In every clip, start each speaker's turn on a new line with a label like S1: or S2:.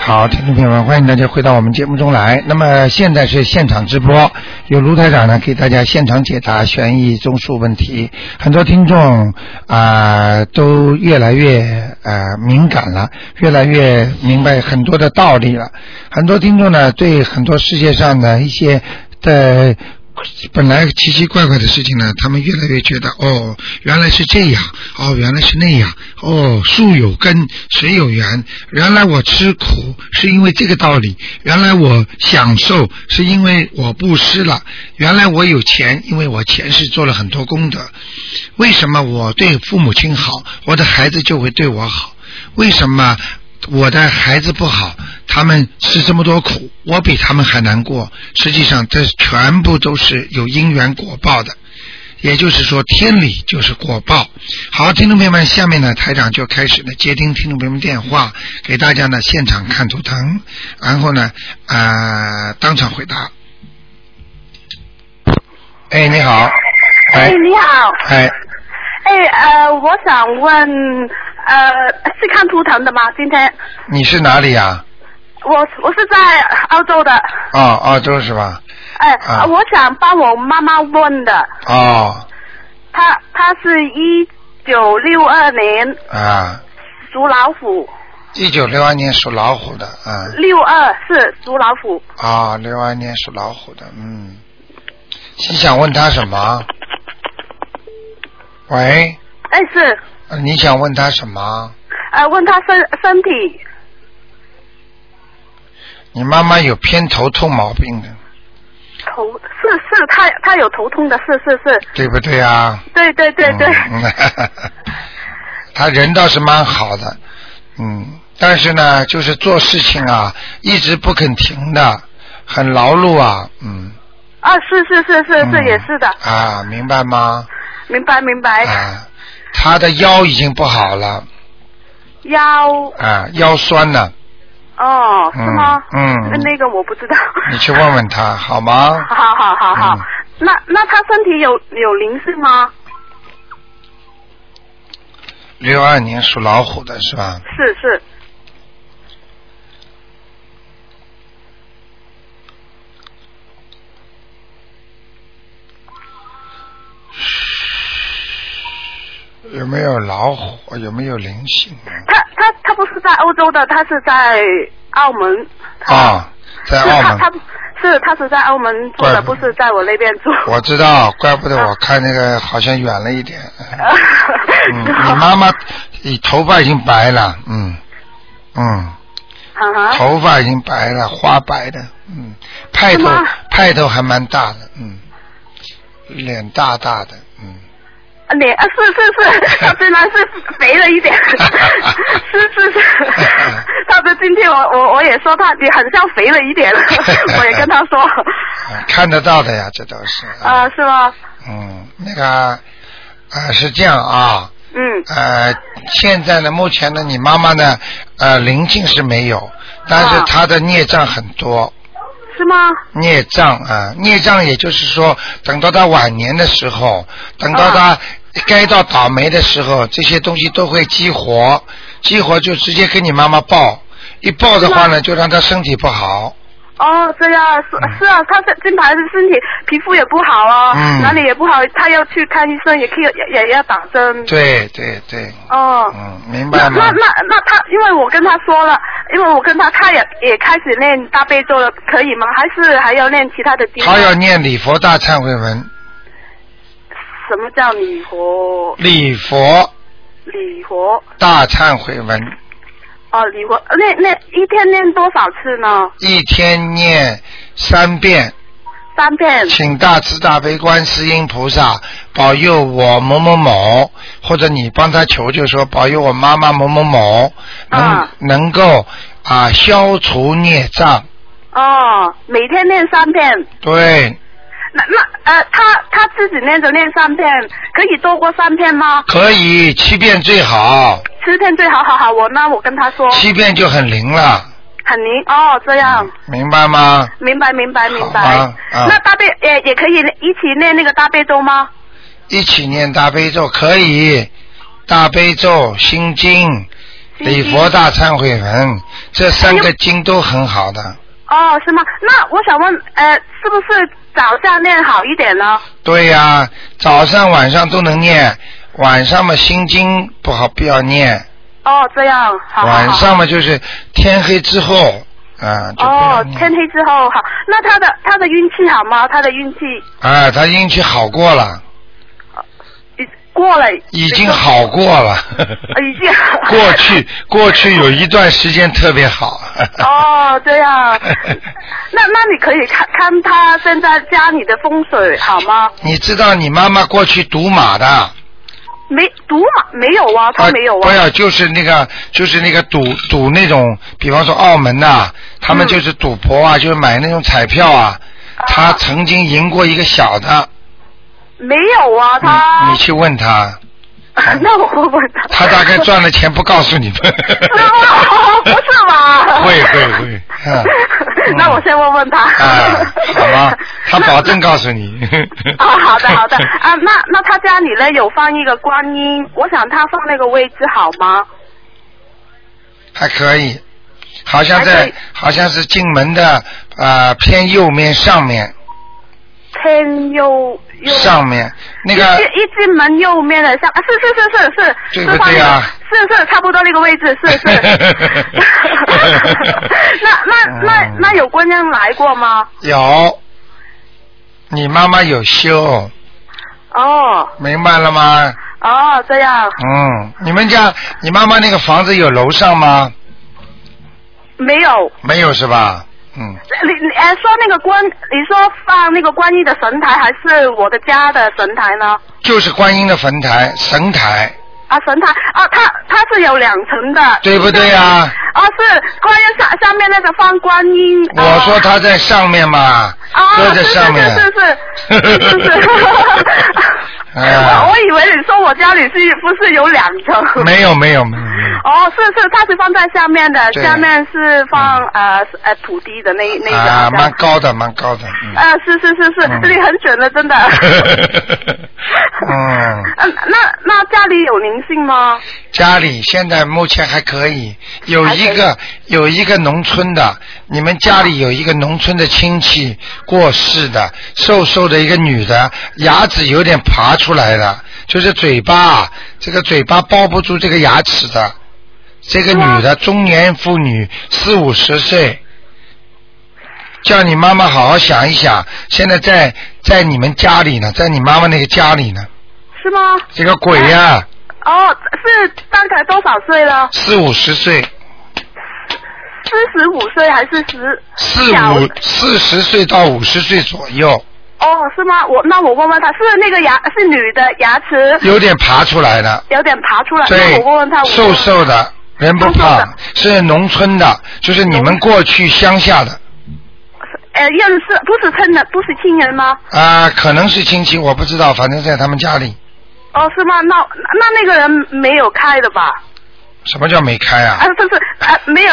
S1: 好，听众朋友们，欢迎大家回到我们节目中来。那么现在是现场直播，由卢台长呢给大家现场解答悬疑综述问题。很多听众啊、都越来越呃敏感了，越来越明白很多的道理了。很多听众呢对很多世界上的一些的本来奇奇怪怪的事情呢，他们越来越觉得哦，原来是这样，哦，原来是那样，哦，树有根，水有源，原来我吃苦是因为这个道理，原来我享受是因为我布施了，原来我有钱，因为我前世做了很多功德，为什么我对父母亲好，我的孩子就会对我好？为什么我的孩子不好，他们吃这么多苦，我比他们还难过？实际上，这全部都是有因缘果报的。也就是说，天理就是果报。好，听众朋友们，下面呢，台长就开始呢接听听众朋友们电话，给大家呢现场看图腾，然后呢，呃，当场回答。哎，你好，哎，
S2: 哎，你好，
S1: 哎，
S2: 哎呃，我想问，呃，是看图腾的吗？今天
S1: 你是哪里呀、
S2: 我我是在澳洲的，
S1: 哦，澳洲是吧？
S2: 哎，
S1: 啊
S2: 我想帮我妈妈问的，
S1: 哦，
S2: 她她是一九六二年
S1: 啊，
S2: 属老虎，
S1: 一九六二年属老虎的，啊、
S2: 六二是属老虎，
S1: 啊，六二年属老虎的，嗯，你想问他什么？喂，
S2: 哎是，
S1: 呃你想问他什么？
S2: 呃，问她身身体，
S1: 你妈妈有偏头痛毛病的，
S2: 头是是她她有头痛的，是是是，
S1: 对不对啊？
S2: 对对对对，
S1: 嗯嗯 他人倒是蛮好的，嗯，但是呢，就是做事情啊，一直不肯停的，很劳碌啊，嗯。
S2: 啊是是是是是
S1: 嗯
S2: 也是的，
S1: 啊，明白吗？
S2: 明白明白，
S1: 啊，他的腰已经不好了
S2: 腰
S1: 啊，腰酸了，
S2: 哦是吗？
S1: 嗯嗯
S2: 那那个我不知道。
S1: 你去问问他好吗？
S2: 好好好好，
S1: 嗯
S2: 那那他身体有有灵性吗？
S1: 六二年属老虎的是吧？
S2: 是是，
S1: 有没有老虎？有没有灵性？
S2: 他他他不是在欧洲的，他是在澳门。他
S1: 啊，在
S2: 是
S1: 澳
S2: 他他
S1: 门，
S2: 不是他是在澳门住
S1: 怪
S2: 的，
S1: 不
S2: 不
S1: 得
S2: 是在我那边住。
S1: 我知道，怪不得我看那个好像远了一 点。嗯，
S2: 是
S1: 你
S2: 吧
S1: 妈妈，你头发已经白了，嗯，嗯，
S2: 啊哈
S1: 头发已经白了，花白的，嗯，派头
S2: 是吗
S1: 派头还蛮大的，嗯，脸大大的，嗯。
S2: 脸啊是是 是，他虽然是肥了一点，是 是是，他的今天我我我也说他你很像肥了一 点，我也跟他说，
S1: 啊看得到的呀，这都是。
S2: 啊、是吗？
S1: 嗯，那个啊、是这样啊，
S2: 嗯
S1: 呃，现在呢，目前呢，你妈妈呢，呃，灵性是没有，但是
S2: 啊
S1: 她的孽障很多，
S2: 是吗？
S1: 孽障啊，孽障，也就是说，等到她晚年的时候，等到她
S2: 啊
S1: 该到倒霉的时候，这些东西都会激活，激活就直接给你妈妈报，一报的话呢，就让她身体不好。
S2: 哦，这样是是啊，他这金牌的身体皮肤也不好哦，
S1: 嗯
S2: 哪里也不好，他要去看医生，也可以也也要打针。
S1: 对对对，
S2: 哦，
S1: 嗯，明
S2: 那
S1: 白
S2: 那
S1: 吗？
S2: 那那他，因为我跟他说了，因为我跟他他也也开始练大悲咒了，可以吗？还是还要练其他的经？
S1: 他要念礼佛大忏悔文，
S2: 什么叫礼佛？
S1: 礼佛
S2: 礼佛
S1: 大忏悔文
S2: 哦，礼佛那那一天练多少次呢？
S1: 一天念三遍，
S2: 三遍。
S1: 请大慈大悲观世音菩萨保佑我某某某，或者你帮他求，就说保佑我妈妈某某某能、
S2: 啊
S1: 能够啊消除孽障。
S2: 哦，每天练三遍。
S1: 对，
S2: 那那呃，他他自己练着练三遍，可以多过三遍吗？
S1: 可以七遍最好，
S2: 七遍最好，好好，我那我跟他说，
S1: 七遍就很灵了，
S2: 很灵哦，这样，
S1: 明白吗？
S2: 明白明白明白。
S1: 好啊啊
S2: 那大悲也也可以一起练那个大悲咒吗？
S1: 一起念大悲咒可以，大悲咒、心经、礼佛大忏悔文，这三个经都很好的。
S2: 哦，是吗？那我想问，呃，是不是早上念好一点呢？
S1: 对呀、早上晚上都能念，晚上嘛心经不好不要念，
S2: 哦，这样，好好好。
S1: 晚上嘛就是天黑之后啊就
S2: 哦，天黑之后好，那他的他的运气好吗？他的运气
S1: 啊，他运气好过了，
S2: 已过了，
S1: 已经好过了。
S2: 呃，已经
S1: 过 去过去有一段时间特别好，
S2: 哦，这样，那那你可以看看他现在家里的风水好吗？
S1: 你知道你妈妈过去赌马的，
S2: 没赌马没有啊，他没有啊。
S1: 不要，就是那个，就是那个赌赌那种，比方说澳门呐、他
S2: 嗯
S1: 们就是赌博啊，就是买那种彩票啊。他曾经赢过一个小的，
S2: 没有啊，他
S1: 嗯 你去问他，
S2: 那我问问他。
S1: 他大概 赚了钱不告诉你们。
S2: 不是吧？
S1: 会会会， 啊
S2: 那我先问问他。
S1: 啊，好 吗？他保证告诉你。
S2: 哦，好的好的啊，那那他家里呢有放一个观音，我想他放那个位置好吗？
S1: 还可以，好像
S2: 还可
S1: 在
S2: 以
S1: 好像是进门的呃偏右面上面
S2: 偏右右
S1: 上面那个
S2: 一进一进门右面的上，啊是是是是是，
S1: 对
S2: 是
S1: 不
S2: 放
S1: 对
S2: 那
S1: 啊
S2: 个是是差不多那个位置，是 是。那
S1: 嗯
S2: 那那那有姑娘来过吗？
S1: 有，你妈妈有修，
S2: 哦
S1: 明白了吗？
S2: 哦，这样
S1: 嗯，你们家你妈妈那个房子有楼上吗？
S2: 没有。
S1: 没有是吧？嗯，
S2: 你你哎，说那个观，你说放那个观音的神台，还是我的家的神台呢？
S1: 就是观音的坟台神台，
S2: 啊，神台啊，它它是有两层的，
S1: 对不对啊？
S2: 啊，是观音上上面那个放观音。啊
S1: 我说她在上面嘛，
S2: 啊，
S1: 搁在
S2: 是
S1: 上面。
S2: 是是是是是。是
S1: 啊
S2: 我我以为你说我家里是不是有两层？
S1: 没有没有没有，
S2: 哦，是是，它是放在下面的，
S1: 对嗯
S2: 下面是放呃呃土地的那那个。
S1: 啊，蛮高的蛮高的，嗯
S2: 啊，是是是是，
S1: 嗯
S2: 你很准的， 真的。
S1: 嗯。
S2: 嗯，那那家里有灵性吗？
S1: 家里现在目前还可以，有一个有一个农村的，你们家里有一个农村的亲戚过世的，瘦瘦的一个女的，牙齿有点爬出来了，就是嘴巴这个嘴巴包不住这个牙齿的，这个女的中年妇女四五十岁，叫你妈妈好好想一想，现在在在你们家里呢，在你妈妈那个家里呢，
S2: 是吗？
S1: 这个鬼啊呀、
S2: 哦，是大概多少岁了？
S1: 四五十岁。
S2: 四十五岁还是十？
S1: 四
S2: 小
S1: 五四十岁到五十岁左右，
S2: 哦，是吗？我那我问问他，是那个牙是女的牙齿
S1: 有点爬出来了，
S2: 有点爬出来，
S1: 对
S2: 啊那我问问他，，
S1: 瘦瘦的，人不
S2: 瘦瘦的
S1: 胖，是农村的，就是你们过去乡下的
S2: 呃，认识不是亲人，不是亲人吗？
S1: 啊、可能是亲戚，我不知道，反正在他们家里。
S2: 哦，是吗？那那那个人没有开的吧？
S1: 什么叫没开啊
S2: 啊？，不是啊，没有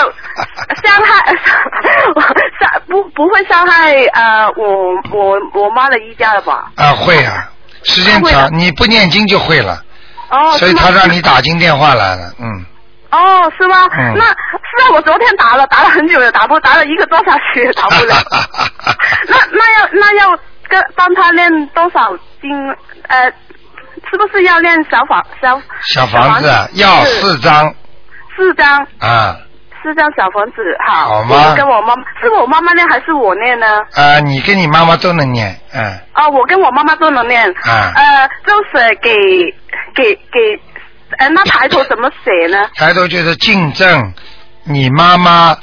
S2: 伤害， 我伤不不会伤害呃我我我妈的衣架的吧？
S1: 啊，会啊，时间
S2: 啊会
S1: 长
S2: 的
S1: 你不念经就会了，
S2: 哦，
S1: 所以
S2: 是吗
S1: 他让你打进电话来了，嗯，
S2: 哦，是吗？
S1: 嗯
S2: 那是啊，我昨天打了，打了很久也打不，打了一个多小时也打不 了。 那那要那要跟帮他练多少经？呃，是不是要练小房小
S1: 小房子啊要
S2: 是
S1: 四张
S2: 四张
S1: 啊
S2: 四张小房子？好，
S1: 好吗
S2: 我跟我妈妈是我妈妈练还是我练呢？
S1: 啊，你跟你妈妈都能念，嗯
S2: 啊，我跟我妈妈都能练。
S1: 啊
S2: 呃，就是给给给，呃，那抬头怎么写呢？
S1: 抬头就是敬正你妈妈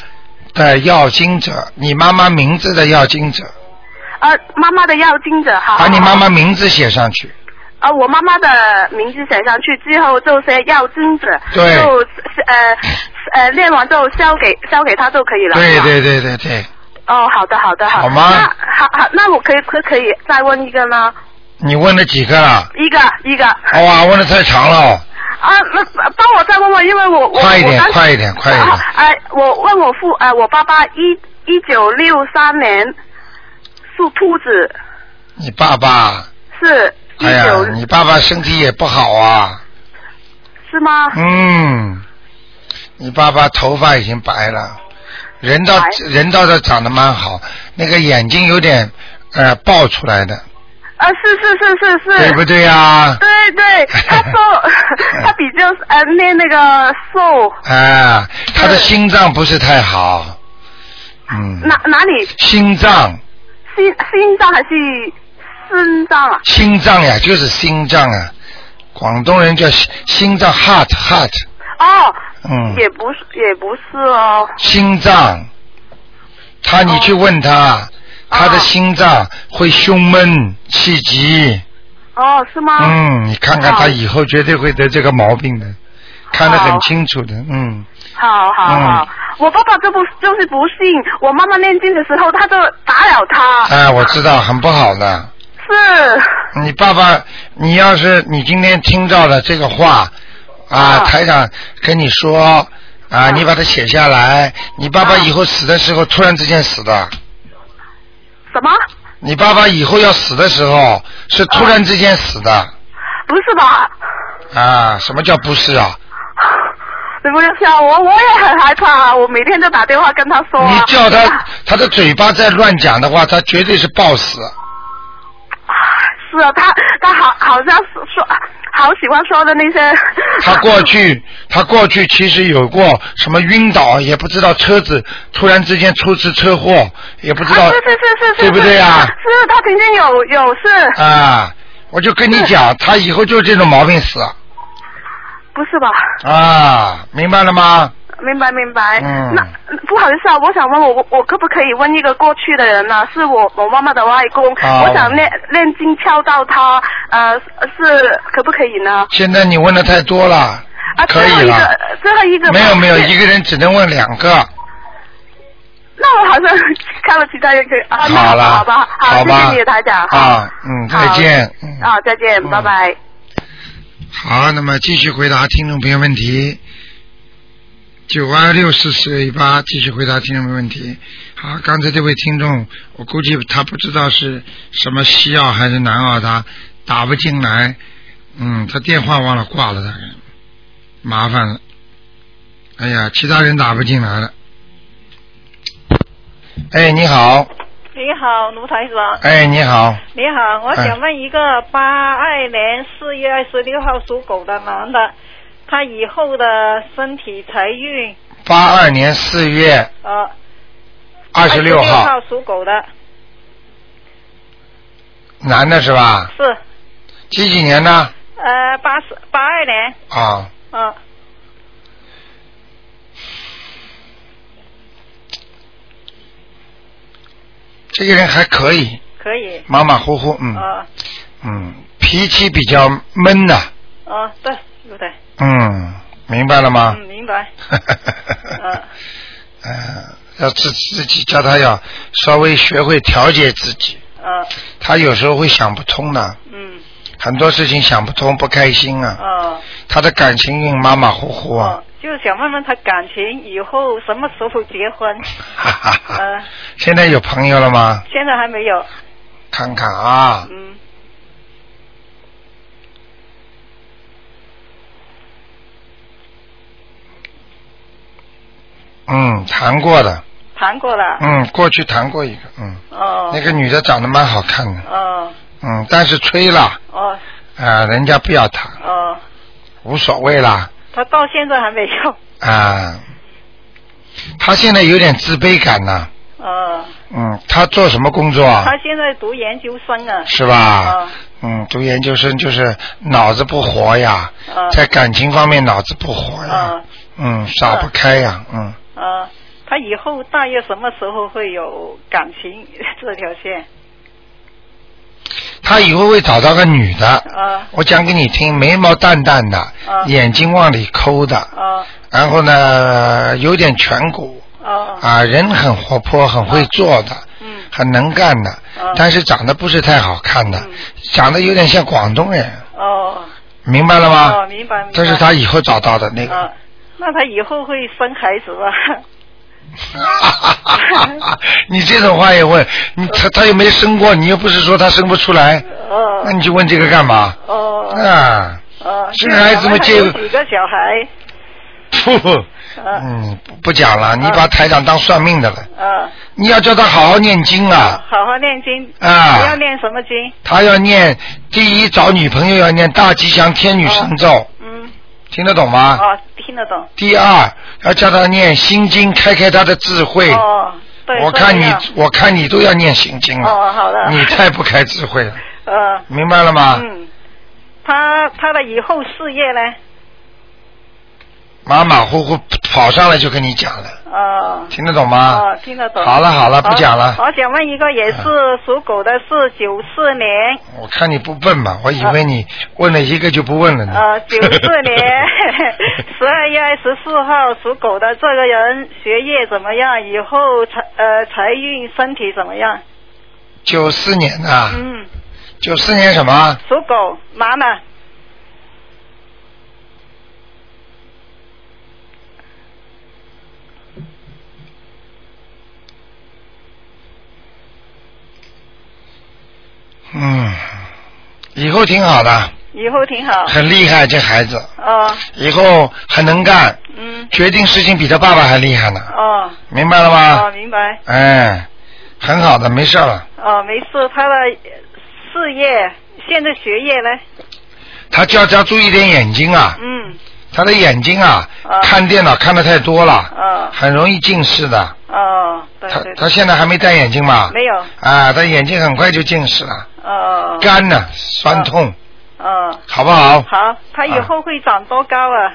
S1: 的要经者，你妈妈名字的要经者，
S2: 呃，妈妈的要经者哈。
S1: 把啊你妈妈名字写上去。
S2: 呃，我妈妈的名字写上去之后，就是要金子，
S1: 对
S2: 就呃呃练完之后交给交给他就可以了。
S1: 对
S2: 是吧。
S1: 对对对对，
S2: 哦，好的好的好。
S1: 好吗
S2: 那好好，那我可以可可以再问一个呢？
S1: 你问了几个了？
S2: 一个一个啊，
S1: 哇，问的太长了，
S2: 那帮我再问问，因为我我
S1: 快一点
S2: 我刚
S1: 快一点快一点
S2: 啊哎，我问我父呃我爸爸一一九六三年属兔子，
S1: 你爸爸，
S2: 是一
S1: 哎呀
S2: 九、，
S1: 你爸爸身体也不好啊，
S2: 是吗？
S1: 嗯，你爸爸头发已经白了，人倒
S2: 白
S1: 人倒是长得蛮好，那个眼睛有点呃爆出来的，
S2: 啊，是是是是是，
S1: 对不对呀、啊？
S2: 对 对，他瘦，他比较呃那那个瘦，
S1: 啊，他的
S2: 对
S1: 心脏不是太好，嗯，
S2: 哪哪里
S1: 心脏
S2: 心心脏还是肾脏啊？
S1: 心脏呀，就是心脏啊，广东人叫心心脏 heart heart，
S2: 哦，
S1: 嗯，
S2: 也不是也不是哦，
S1: 心脏，他你去问
S2: 哦
S1: 他，他的心脏会胸闷气急，
S2: 哦是吗？
S1: 嗯，你看看他
S2: 哦
S1: 以后绝对会得这个毛病的，看得很
S2: 好
S1: 清楚的，嗯，
S2: 好好好，我爸爸就不就是不信，我妈妈念经的时候他就打扰他，
S1: 哎，我知道很不好的，
S2: 是
S1: 你爸爸，你要是你今天听到了这个话，啊，
S2: 啊
S1: 台长跟你说，啊，你把它写下来。你爸爸
S2: 啊
S1: 以后死的时候，突然之间死的。
S2: 什么？
S1: 你爸爸以后要死的时候，是突然之间死的。
S2: 不是吧？
S1: 啊，什么叫不是啊？
S2: 你不要笑我，我也很害怕，我每天都打电话跟他说、啊。
S1: 你叫他，他的嘴巴再乱讲的话，他绝对是暴死。
S2: 是啊，他他好好像是说好喜欢说的那些。
S1: 他过去，他过去其实有过什么晕倒，也不知道车子突然之间出次车祸，也不知道，
S2: 啊，是是是是是，
S1: 对不对啊？
S2: 是他曾经有有是，
S1: 啊，我就跟你 讲，他以后就这种毛病死
S2: 不是吧？
S1: 啊，明白了吗？
S2: 明白明白。
S1: 嗯
S2: 那不好意思啊，我想问我我我可不可以问一个过去的人呢、是我我妈妈的外公，
S1: 啊
S2: 我想练练经敲到他，呃，是可不可以呢？
S1: 现在你问的太多了，
S2: 啊，
S1: 可
S2: 最后
S1: 以
S2: 一
S1: 了
S2: 个，最后一个吧
S1: 没有没有，
S2: 对
S1: 一个人只能问两个，
S2: 那我好像看了其他人可以啊，那
S1: 了，
S2: 好吧，好，
S1: 好
S2: 谢
S1: 吧，
S2: 谢你台长，好，
S1: 啊，嗯，再见，嗯，
S2: 啊，再见，
S1: 嗯
S2: 拜拜。
S1: 好，那么继续回答听众朋友问题。九二六四四一八，继续回答听众朋友问题。好，刚才这位听众，我估计他不知道是什么西澳还是南澳，他打不进来，嗯，他电话忘了挂了，大概麻烦了。哎呀，其他人打不进来了。哎，你好，
S3: 你好，卢台长。
S1: 哎，你好，
S3: 你
S1: 哎
S3: 好，我想问一个八二年四月二十六号属狗的男的，他以后的身体财运，
S1: 八二年四月
S3: 呃，
S1: 二十六
S3: 26
S1: 号，
S3: 属狗的，
S1: 男的是吧？
S3: 是
S1: 几几年呢？
S3: 呃八十八二年，
S1: 啊，
S3: 啊、
S1: 这个人还可以，
S3: 可以，
S1: 马马虎虎，嗯、
S3: 啊、
S1: 嗯，脾气比较闷呐、
S3: 呃、啊、对，卢台，
S1: 嗯，明白了吗？
S3: 嗯，明白，
S1: 哈哈
S3: 嗯
S1: 哈嗯，要自自己叫他要稍微学会调节自己，
S3: 呃，
S1: 他有时候会想不通的，
S3: 嗯，
S1: 很多事情想不通，不开心啊，
S3: 哦、
S1: 他的感情运马马虎虎啊
S3: 哦，，就是想问问他感情以后什么时候结婚？
S1: 哈哈哈。
S3: 呃，
S1: 现在有朋友了吗？
S3: 现在还没有，
S1: 看看啊，
S3: 嗯，
S1: 嗯，谈过的，
S3: 谈过了，
S1: 嗯，过去谈过一个，嗯，
S3: 哦、
S1: 那个女的长得蛮好看的，
S3: 哦
S1: 嗯，但是吹了，啊、
S3: 哦
S1: 人家不要她，
S3: 哦，
S1: 无所谓啦，
S3: 他到现在还没有。
S1: 啊、她现在有点自卑感呐、
S3: 哦，
S1: 嗯，她做什么工作啊？
S3: 他现在读研究生啊。
S1: 是吧
S3: 哦？
S1: 嗯，读研究生就是脑子不活呀，
S3: 哦
S1: 在感情方面脑子不活呀
S3: 哦，
S1: 嗯，撒不开呀，嗯，
S3: 哦，他以后大约什么时候会有感情 这条线？
S1: 她以后会找到个女的，
S3: 啊
S1: 我讲给你听，眉毛淡淡的，
S3: 啊
S1: 眼睛往里抠的，
S3: 啊
S1: 然后呢有点颧骨
S3: 啊
S1: 啊，人很活泼，很会做的，
S3: 嗯
S1: 很能干的，
S3: 啊
S1: 但是长得不是太好看的，
S3: 嗯
S1: 长得有点像广东人，
S3: 哦
S1: 明白了吗？
S3: 哦，明白明白。
S1: 这是他以后找到的那个。
S3: 啊，那他以后会生孩子 吧？
S1: 你这种话也问，你他他又没生过，你又不是说他生不出来，那
S3: 哦
S1: 你就问这个干嘛？
S3: 哦
S1: 啊，
S3: 哦，
S1: 生孩子嘛
S3: 就是
S1: 这
S3: 我们还有几个小孩？呃
S1: 嗯，不不讲了，你把
S3: 啊
S1: 台长当算命的了。
S3: 呃，
S1: 你要叫他好好念经啊，
S3: 好好念经。
S1: 啊
S3: 你要念什么经？
S1: 他要念第一找女朋友要念大吉祥天女神咒，
S3: 嗯，
S1: 听得懂吗？
S3: 哦，听得懂。
S1: 第二要叫他念心经，开开他的智慧。
S3: 哦，对。
S1: 我看
S3: 对
S1: 你
S3: 呀，
S1: 我看你都要念心经了，
S3: 哦，好的。
S1: 你啊太不开智慧了，
S3: 呃，
S1: 明白了吗？
S3: 嗯，他他的以后事业呢？
S1: 马马虎虎跑上来就跟你讲了，
S3: 呃。
S1: 听得懂吗？
S3: 哦，听得懂。
S1: 啊好了好了，不讲了。
S3: 我想问一个，也是属狗的，是九四年，
S1: 我看你不笨嘛，我以为你问了一个就不问了呢。
S3: 呃，啊九四年十二月二十四号属狗的这个人学业怎么样？以后财呃财运、身体怎么样？
S1: 九四年啊，
S3: 嗯，
S1: 九四年什么？
S3: 属狗，妈妈，
S1: 嗯，以后挺好的，
S3: 以后挺好。
S1: 很厉害这孩子，
S3: 哦，
S1: 以后很能干，
S3: 嗯，
S1: 决定事情比他爸爸还厉害呢，
S3: 哦，
S1: 明白了吗
S3: 哦，？明白。
S1: 哎，很好的，没事儿了。
S3: 哦，没事，他的事业现在学业呢？
S1: 他就要他注意点眼睛啊，
S3: 嗯，
S1: 他的眼睛啊，
S3: 啊
S1: 看电脑看的太多了，
S3: 哦，
S1: 很容易近视的。
S3: 哦，对
S1: 他
S3: 对对
S1: 他现在还没戴眼镜嘛？
S3: 没有，
S1: 啊，他眼睛很快就近视了，
S3: 哦，
S1: 干呢，酸痛，
S3: 哦，
S1: 好不好？
S3: 好，他
S1: 啊
S3: 以后会长多高啊？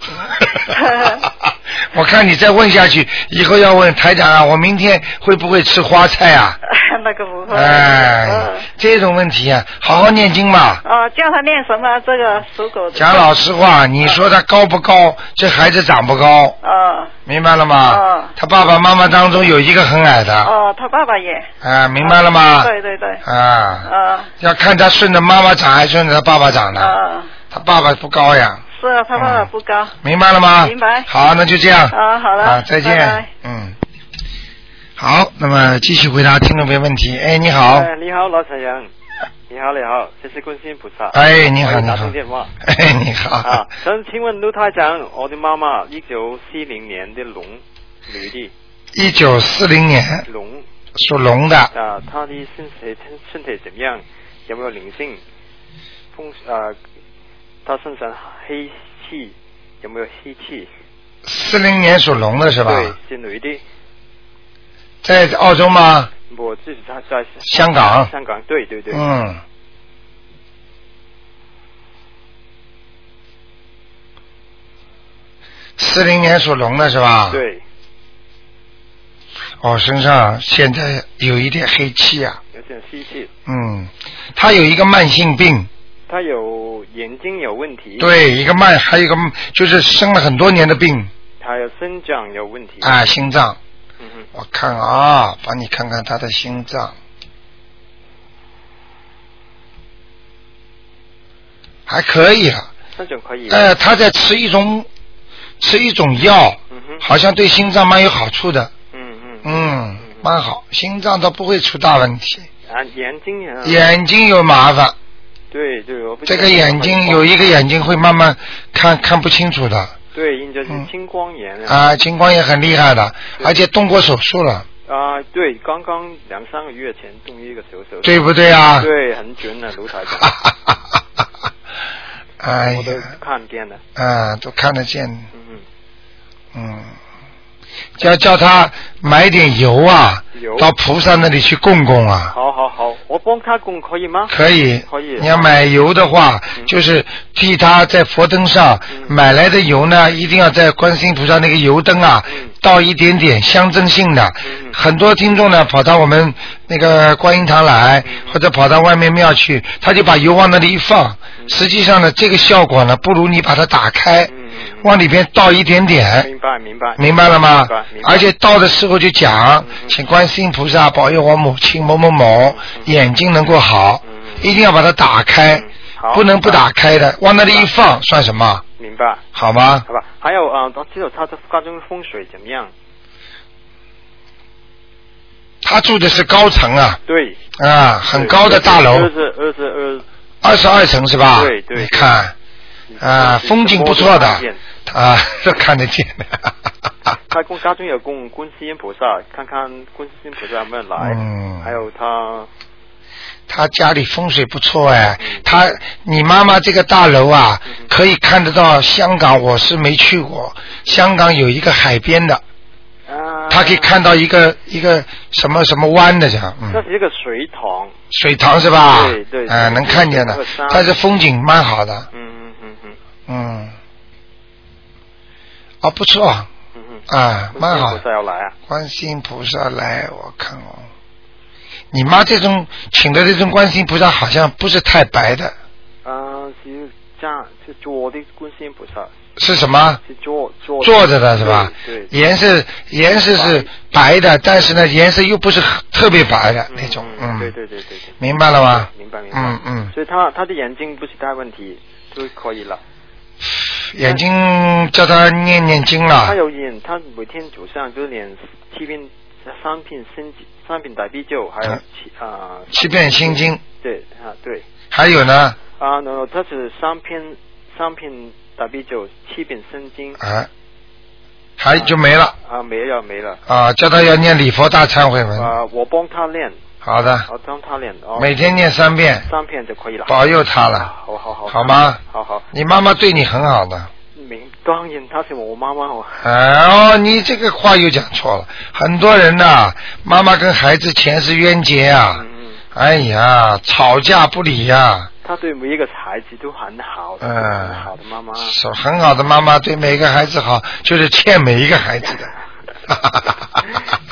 S1: 我看你再问下去，以后要问台长啊，我明天会不会吃花菜啊？
S3: 那个不会。
S1: 哎，这种问题啊，好好念经嘛。
S3: 哦，哦，叫他念什么？这个属狗的。
S1: 讲老实话，你说他高不高？这孩子长不高，
S3: 哦
S1: 明白了吗
S3: 嗯？
S1: 他爸爸妈妈当中有一个很矮的，
S3: 哦，他爸爸也。
S1: 啊，明白了吗？
S3: 对对对。
S1: 啊，
S3: 啊
S1: 要看他顺着妈妈长还是顺着他爸爸长的。
S3: 啊，
S1: 他爸爸不高呀，
S3: 是啊，他爸爸不高。
S1: 明白了吗？
S3: 明白
S1: 好，那就这样。
S3: 啊好了
S1: 啊，再见。
S3: 拜拜
S1: 嗯。好，那么继续回答听众朋友问题。哎，你好。
S4: 哎，你好，老沈阳。你好，你好，这是观世音菩萨。
S1: 哎，你好，
S4: 欢
S1: 你
S4: 迎打
S1: 好
S4: 通。电话。
S1: 哎，你好。
S4: 啊，想请问卢台长，我的妈妈一九四零年的龙，女的
S1: 一九四零年
S4: 龙
S1: 属龙的，
S4: 啊，她的身体身体怎么样？有没有灵性？风啊，她身上黑气有没有黑气？
S1: 四零年属龙的是吧？
S4: 对，是女的。
S1: 在澳洲吗？
S4: 我自己她在
S1: 香港
S4: 香港，对对对。
S1: 嗯。四零年属龙的是吧？。
S4: 对，
S1: 哦，身上现在有一点黑气啊。
S4: 有点黑气。
S1: 嗯，他有一个慢性病，
S4: 她有眼睛有问题，，
S1: 对，一个慢，还有一个就是生了很多年的病
S4: 她有生长有问题。
S1: 啊，心脏。
S4: 嗯哼。
S1: 我看啊，帮你看看他的心脏，还可以啊了。
S4: 那就可以。
S1: 呃，他在吃一种吃一种药，
S4: 嗯哼，
S1: 好像对心脏蛮有好处的。
S4: 嗯嗯
S1: 嗯，
S4: 嗯
S1: 蛮好，心脏倒不会出大问题。
S4: 啊，眼睛啊，
S1: 眼睛有麻烦，
S4: 对对，我不
S1: 这个眼睛有一个眼睛会慢慢看看不清楚的。
S4: 对，应该是
S1: 嗯
S4: 青光眼啊，
S1: 啊，情况也很厉害的，而且动过手术了，
S4: 啊，对，刚刚两三个月前动一个手手，
S1: 对啊不对啊？
S4: 对，很准的卢
S1: 哈
S4: 台长，
S1: 哈哈哈哈哈！ 哎
S4: 我都
S1: 呀，
S4: 看见了，
S1: 啊，都看得见，
S4: 嗯
S1: 嗯，叫叫他买点油啊，
S4: 嗯，有，
S1: 到菩萨那里去供供啊，
S4: 好好好，我帮他供可以吗？
S1: 可以。
S4: 可以
S1: 你要买油的话，
S4: 嗯
S1: 就是替他在佛灯上
S4: 嗯
S1: 买来的油呢，一定要在观世音菩萨那个油灯啊
S4: 嗯，
S1: 倒一点点象征性的。
S4: 嗯
S1: 很多听众呢，跑到我们那个观音堂来，
S4: 嗯
S1: 或者跑到外面庙去，他就把油往那里一放。
S4: 嗯
S1: 实际上呢，这个效果呢，不如你把它打开，
S4: 嗯嗯嗯，
S1: 往里边倒一点点。
S4: 明白明白，
S1: 明白了吗
S4: 明白？明白
S1: 而且到的时候就讲
S4: 嗯，嗯
S1: 请观世音菩萨保佑我母亲某某某
S4: 嗯
S1: 眼睛能够好
S4: 嗯，
S1: 一定要把它打开
S4: 嗯，好
S1: 不能不打开的，往那里一放算什么？
S4: 明白，
S1: 好吗？
S4: 好吧，还有啊，我知道他的家中风水怎么样？
S1: 他住的是高层啊，
S4: 对，
S1: 啊，很高的大楼
S4: 二，十二十二，
S1: 二十二层是吧？
S4: 对对
S1: 你看，啊，风景不错的，啊， 这看得见的。
S4: 他供家中有供观世音菩萨，看看观世音菩萨有没有来。
S1: 嗯
S4: 还有他，
S1: 他家里风水不错哎，
S4: 嗯
S1: 他你妈妈这个大楼啊，可以看得到香港，我是没去过。香港有一个海边的，
S4: 啊，
S1: 他可以看到一个一个什么什么湾的这样，
S4: 这
S1: 嗯，
S4: 是一个水塘。
S1: 水塘是吧？
S4: 对对
S1: 啊，能看见
S4: 有
S1: 的
S4: 个山，
S1: 但是风景蛮好的，
S4: 嗯嗯嗯嗯
S1: 嗯，哦不错
S4: 嗯嗯。
S1: 啊，蛮好
S4: 观世音菩。萨要来啊？
S1: 观世音菩萨来，我看哦，你妈这种请的这种观世音菩萨好像不是太白的，
S4: 啊，是这样，是坐的观世音菩萨，
S1: 是什么？
S4: 是坐坐
S1: 坐着的是吧？
S4: 对。对
S1: 颜色颜色是白的，但是呢，颜色又不是很特别白的那种，嗯，
S4: 对对对对对。
S1: 明白了吗？
S4: 明白明白。
S1: 嗯嗯，
S4: 所以他他的眼睛不是大问题，就可以了。
S1: 眼睛叫他念念经
S4: 他
S1: 了，
S4: 有演，他每天早上就演七遍、三遍心经、三遍大悲咒，还有
S1: 嗯
S4: 七啊、
S1: 七遍心经，
S4: 对啊对
S1: 还有呢，
S4: 啊，no no，他是三篇三篇大悲咒，七遍心经
S1: 啊，还就没了
S4: 啊没了没了
S1: 啊，叫他要念礼佛大忏悔文，
S4: 啊，我帮他练，
S1: 好的，
S4: 我帮他练哦，
S1: 每天念三遍，
S4: 三篇就可以了。
S1: 保佑他了。
S4: 好好好，
S1: 好吗
S4: 好好，
S1: 你妈妈对你很好的，
S4: 明当然他是我妈妈哦，
S1: 哎哦，你这个话又讲错了。很多人呐、妈妈跟孩子前世冤结啊，
S4: 嗯，嗯
S1: 哎呀，吵架不理呀、
S4: 他对每一个孩子都很好，
S1: 嗯
S4: 很好的 妈妈。
S1: 是很好的妈妈对每个孩子好，就是欠每一个孩子 的。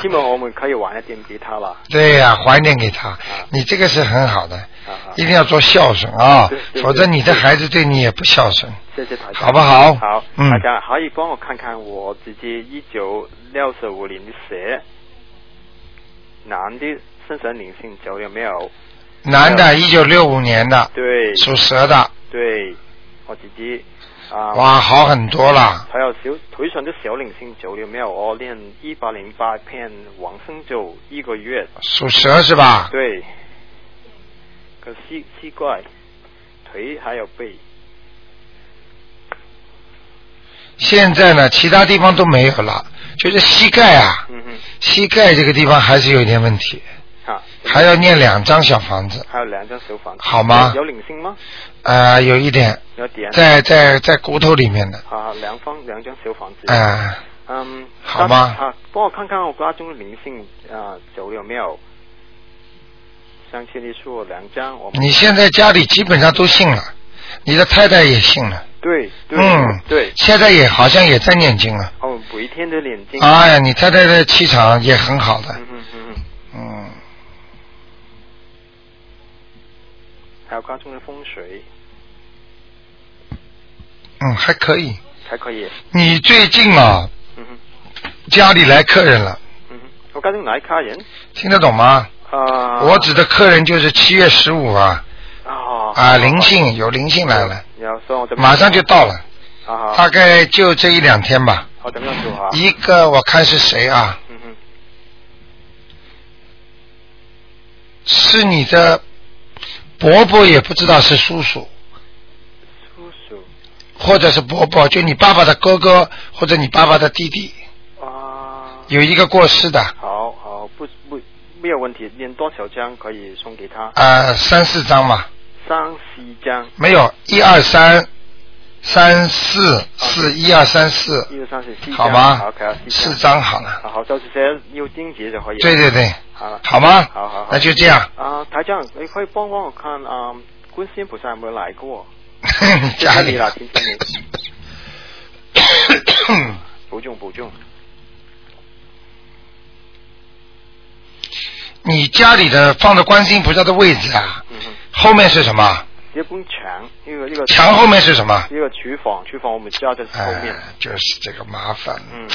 S4: 希望我们可以晚一点给他吧。
S1: 对呀、怀念给他，你这个是很好的，
S4: 啊啊，
S1: 一定要做孝顺啊
S4: 对，对
S1: 否则你的孩子对你也不孝顺。
S4: 谢谢大家，
S1: 好不好
S4: 好，
S1: 嗯
S4: 大家可以帮我看看我自己一九六十五年的蛇，男的身上灵性走有没有？
S1: 男的，一九六五年的，
S4: 对啊
S1: 属蛇的，
S4: 对，我自己啊，
S1: 哇，好很多了。
S4: 还有小腿上的小灵性走有没有？我练一百零八片往生咒一个月，
S1: 属蛇是吧？
S4: 对，可膝膝盖、腿还有背。
S1: 现在呢，其他地方都没有了，就是膝盖啊，
S4: 嗯哼，
S1: 膝盖这个地方还是有一点问题，
S4: 好，
S1: 还要念两张小房子，
S4: 还有两张手房，
S1: 好吗
S4: 有灵性吗？
S1: 啊，有一点
S4: 有点。
S1: 在在在骨头里面的，
S4: 啊，两方两张小房子。
S1: 啊、
S4: 嗯，
S1: 好吗
S4: 啊，帮我看看我家中的灵性啊，走了没有？上次你说我两张，我
S1: 你现在家里基本上都信了，你的太太也信了，
S4: 对对、
S1: 嗯，
S4: 对，
S1: 现在也好像也在念经了，
S4: 哦，每天都念经。
S1: 哎呀，你太太的气场也很好的
S4: 嗯，嗯嗯嗯，
S1: 嗯，
S4: 还有家中的风水
S1: 嗯，还可以。
S4: 还可以。
S1: 你最近啊，
S4: 嗯哼
S1: 家里来客人了，
S4: 嗯哼，我家中哪一家人？
S1: 听得懂吗？
S4: 啊，
S1: 我指的客人就是七月十五啊
S4: 啊
S1: 啊，灵性有灵性来了，，
S4: 然后所以我就
S1: 马上就到了，
S4: 啊，
S1: 大概就这一两天吧。
S4: 我怎么样做啊？
S1: 一个我看是谁啊？
S4: 嗯哼，
S1: 是你的伯伯，也不知道是叔叔
S4: 叔叔
S1: 或者是伯伯，就你爸爸的哥哥或者你爸爸的弟弟，
S4: 啊，
S1: 有一个过世的，
S4: 好好不不没有问题，念多少张可以送给他？
S1: 呃，三四张嘛，
S4: 三四张，
S1: 没有，一二三，三四四一二三四，
S4: 一二三四四张，
S1: 好吗
S4: ？OK，？啊
S1: 四
S4: 张。
S1: 张好了，
S4: 啊好，就是写要精洁就可以了。
S1: 对对对，
S4: 好了，
S1: 好吗？
S4: 好好好
S1: 那就这样。
S4: 啊，台长，你可以帮帮我看啊，观世音菩萨有没有来过？
S1: 家里
S4: 啦，听听你，保重保重。
S1: 你家里的放的观世音菩萨的位置啊，
S4: 嗯哼，
S1: 后面是什么？
S4: 一般墙，呢个呢个
S1: 墙后面是什么？
S4: 呢个厨房，厨房我们家就是后面。
S1: 哎，就是这个麻烦，
S4: 嗯，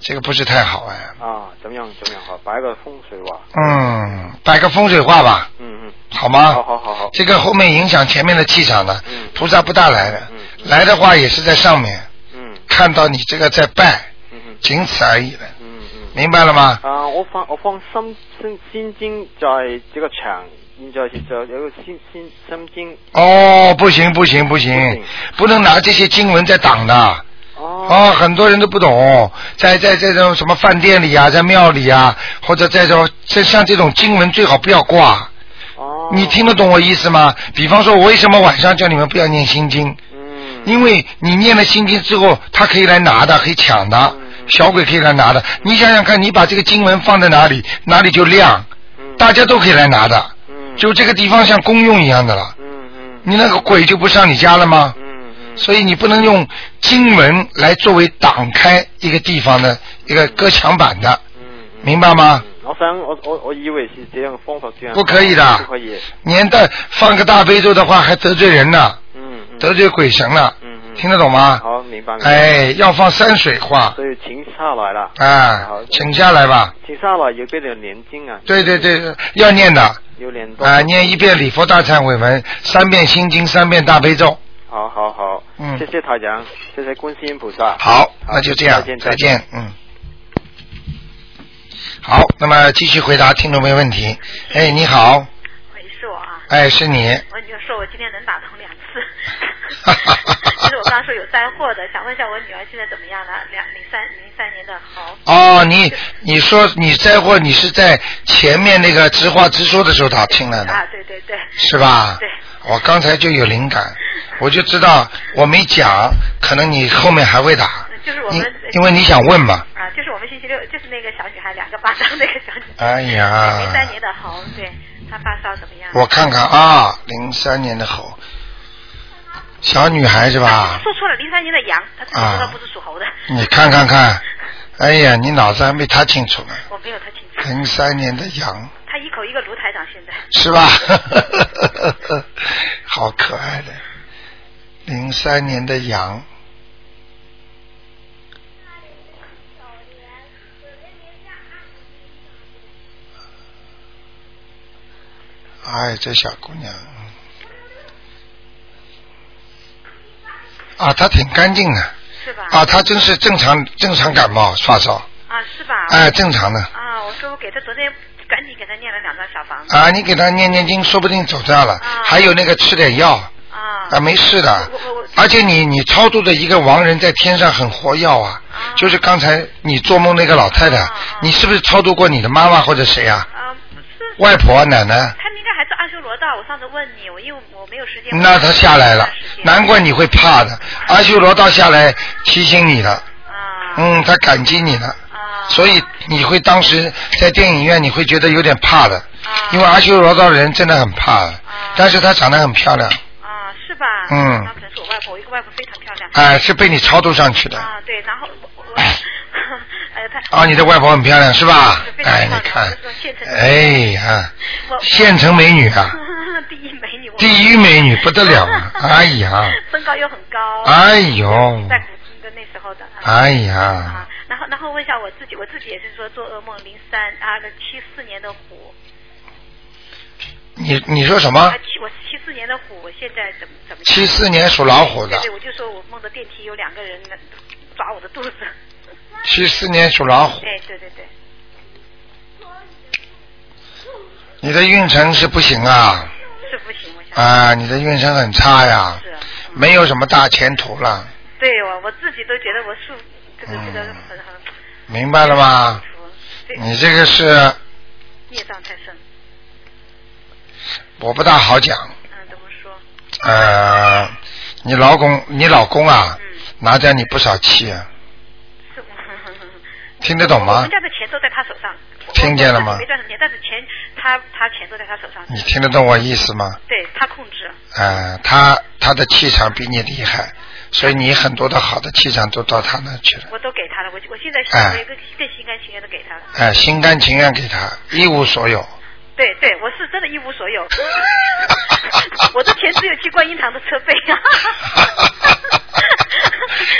S1: 这个不是太好哎。
S4: 啊，怎么样怎么样好，摆个风水画。
S1: 嗯，摆个风水画吧，
S4: 嗯嗯，
S1: 好吗？
S4: 好好好好。
S1: 这个后面影响前面的气场的
S4: 嗯，
S1: 菩萨不大来的
S4: 嗯，嗯
S1: 来的话也是在上面
S4: 嗯
S1: 看到你这个在拜，
S4: 嗯嗯
S1: 仅此而已了，
S4: 嗯嗯。
S1: 明白了吗？
S4: 啊，我放我放心心先经在这个墙现在是就有个心心心经
S1: 哦，不行不行不
S4: 不
S1: 行
S4: 行，
S1: 不能拿这些经文在挡的。
S4: 哦，
S1: 哦，很多人都不懂，在在这种什么饭店里啊，在庙里啊，或者在这种像像这种经文最好不要挂。
S4: 哦，
S1: 你听得懂我意思吗？比方说，我为什么晚上叫你们不要念心经？
S4: 嗯，
S1: 因为你念了心经之后，他可以来拿的，可以抢的
S4: 嗯，
S1: 小鬼可以来拿的。你想想看，你把这个经文放在哪里，哪里就亮，
S4: 嗯
S1: 大家都可以来拿的，
S4: 嗯
S1: 就这个地方像公用一样的了。
S4: 嗯嗯
S1: 你那个鬼就不上你家了吗？
S4: 嗯嗯，
S1: 所以你不能用经文来作为挡开一个地方的一个隔墙板的，
S4: 嗯嗯
S1: 明白吗？
S4: 嗯我想我我我以为是这样的方法这样
S1: 不可以的
S4: 不可以，
S1: 年代放个大悲咒的话，还得罪人呢，
S4: 嗯嗯
S1: 得罪鬼神了，
S4: 嗯嗯，
S1: 听得懂吗？
S4: 好明白，明白，
S1: 哎，要放山水画
S4: 所以停下来了，
S1: 啊
S4: 好，
S1: 请下来吧。
S4: 停下来有点年经啊，
S1: 对对，对，要念的
S4: 有点多
S1: 啊，念一遍礼佛大忏悔文，三遍心经，三遍大悲咒。
S4: 好好好，
S1: 嗯
S4: 谢谢台长，谢谢观世音菩萨，
S1: 好，那就这样
S4: 再见，
S1: 再见，嗯。好，那么继续回答听众朋友问题。哎，你好，
S5: 喂，是我啊，
S1: 哎，是你。
S5: 我跟你就说，我今天能打通两 次。就是我刚刚说有灾祸的，想问一下我女儿现在怎么样了？两零三零三年的猴，
S1: 哦，你你说你灾祸，你是在前面那个直话直说的时候打听来的，
S5: 啊，对对对，
S1: 是吧？
S5: 对
S1: 我刚才就有灵感，我就知道我没讲，可能你后面还会打。
S5: 就是我
S1: 因
S5: 们
S1: 因为你想问嘛。
S5: 啊，就是我们星期六，就是那个小女孩两个巴掌那个小女孩，
S1: 哎呀。
S5: 零三年的猴，对她发烧怎么样？
S1: 我看看啊，零三年的猴，小女孩是吧？
S5: 说错了，零三年的羊，她自己知道
S1: 啊
S5: 不是属猴的，
S1: 你看看看，哎呀，你脑子还没他清楚呢。
S5: 我没有她清楚，
S1: 零三年的羊
S5: 她一口一个卢台长现在。
S1: 是吧？ 好可爱的，零三年的羊。哎，这小姑娘，嗯啊，她挺干净的，
S5: 是吧？
S1: 啊，她真是正常正常感冒发烧，
S5: 啊，是吧？
S1: 哎，正常的，
S5: 啊，我说我给她昨天赶紧给她念了两张小房子
S1: 啊，你给她念念经，说不定走掉了，
S5: 啊
S1: 还有那个吃点药，
S5: 啊
S1: 啊，没事的
S5: 我我我，
S1: 而且你你超度的一个亡人在天上很活跃啊，
S5: 啊
S1: 就是刚才你做梦那个老太太，
S5: 啊啊
S1: 你是不是超度过你的妈妈或者谁啊？
S5: 啊，不是，
S1: 外婆啊、奶奶，
S5: 他们应该还是阿修罗道。我上次问你，我因为我没有时间。
S1: 那她下来了
S5: 我没有时，间
S1: 难怪你会怕的。阿修罗道下来提醒你了，
S5: 啊。
S1: 嗯，他感激你了，
S5: 啊。
S1: 所以你会当时在电影院你会觉得有点怕的，
S5: 啊。
S1: 因为阿修罗道的人真的很怕的
S5: 啊，
S1: 但是她长得很漂亮，
S5: 啊，是吧？
S1: 嗯
S5: 那可能是我外婆，我一个外婆非常漂亮。
S1: 哎，是被你超度上去的。
S5: 啊，对，然后我我， 哎，她。
S1: 啊，你的外婆很漂亮是吧
S5: 是？非常
S1: 哎，
S5: 漂亮
S1: 你看
S5: 是个县，城
S1: 哎呀，
S5: 我。
S1: 县城美女啊，
S5: 第一美女。我
S1: 第一美女不得了 啊！哎呀，。
S5: 身高又很高。
S1: 哎呦，
S5: 在古今的那时候的。啊
S1: 哎呀
S5: 啊，，然后然后问一下我自己，我自己也是说做噩梦，零三啊，七四年的虎
S1: 你你说什么
S5: 啊，？七我七四年的虎，我现在怎么怎么样？
S1: 七四年属老虎的
S5: 对，对，我就说我梦到电梯有两个人抓我的 肚子。哎
S1: 七四年属老虎，
S5: 对对对对，
S1: 你的运程是不行啊
S5: 是不行，我想。
S1: 啊，你的运程很差呀
S5: 是啊，嗯
S1: 没有什么大前途了，
S5: 对我我自己都觉得我是这个这个
S1: 嗯
S5: 很很
S1: 明白了吗？
S5: 服，对
S1: 你这个是
S5: 孽障太深，
S1: 我不大好讲，
S5: 嗯，怎么说？
S1: 呃，你老公你老公啊
S5: 嗯，
S1: 拿掉你不少气啊。
S5: 是我。
S1: 听得懂
S5: 我
S1: 吗
S5: 们？家的钱都在他手上，我
S1: 听见了吗嗯
S5: 我没赚什么钱，但是钱他他钱都在他手上，
S1: 你听得懂我意思吗？
S5: 对他控制，
S1: 呃，他他的气场比你厉害，所以你很多的好的气场都到他那去了。
S5: 我都给他了，我我现在
S1: 哎
S5: 我也更更心甘情愿的给他了。
S1: 哎、心甘情愿给他，一无所有。
S5: 对对，我是真的一无所有， 我的钱只有去观音堂的车 费啊。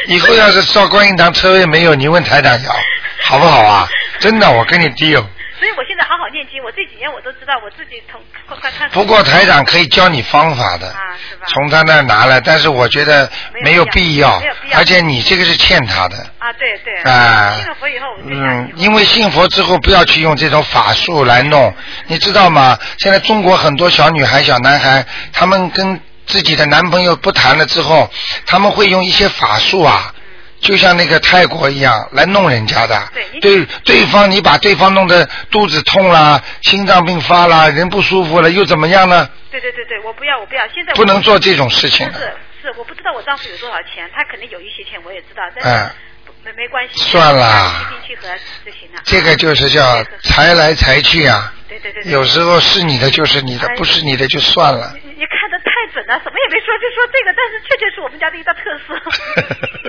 S1: 以后要是烧观音堂车位没有，你问台长要，好不好啊？真的，我跟你 deal。
S5: 所以我现在好好念经，心，我这几年我都知道我自己从快快看。
S1: 不过台长可以教你方法的，
S5: 啊，是吧？
S1: 从他那儿拿来，但是我觉得没有必要
S5: 没有必，要
S1: 而且你这个是欠他的。
S5: 啊，对对。
S1: 啊
S5: 信了佛以后，我就想
S1: 嗯，因为信佛之后不要去用这种法术来弄，你知道吗？现在中国很多小女孩、小男孩，他们跟自己的男朋友不谈了之后，他们会用一些法术啊，就像那个泰国一样来弄人家的。
S5: 对
S1: 对，对方你把对方弄得肚子痛啦、心脏病发啦、人不舒服了，又怎么样呢？
S5: 对对对对，我不要，我不要，现在我
S1: 不能做这种事情
S5: 是
S1: 的，
S5: 是，我不知道我丈夫有多少钱，他肯定有一些钱，我也知道，但
S1: 哎
S5: 是不没没关系，
S1: 算了
S5: 心平气和就行了。
S1: 这个就是叫财来财去啊。
S5: 对对对对，
S1: 有时候是你的就是你的
S5: 哎，
S1: 不是你的就算了。
S5: 你你看的太准了，什么也没说就说这个，但是确确是我们家的一大特色。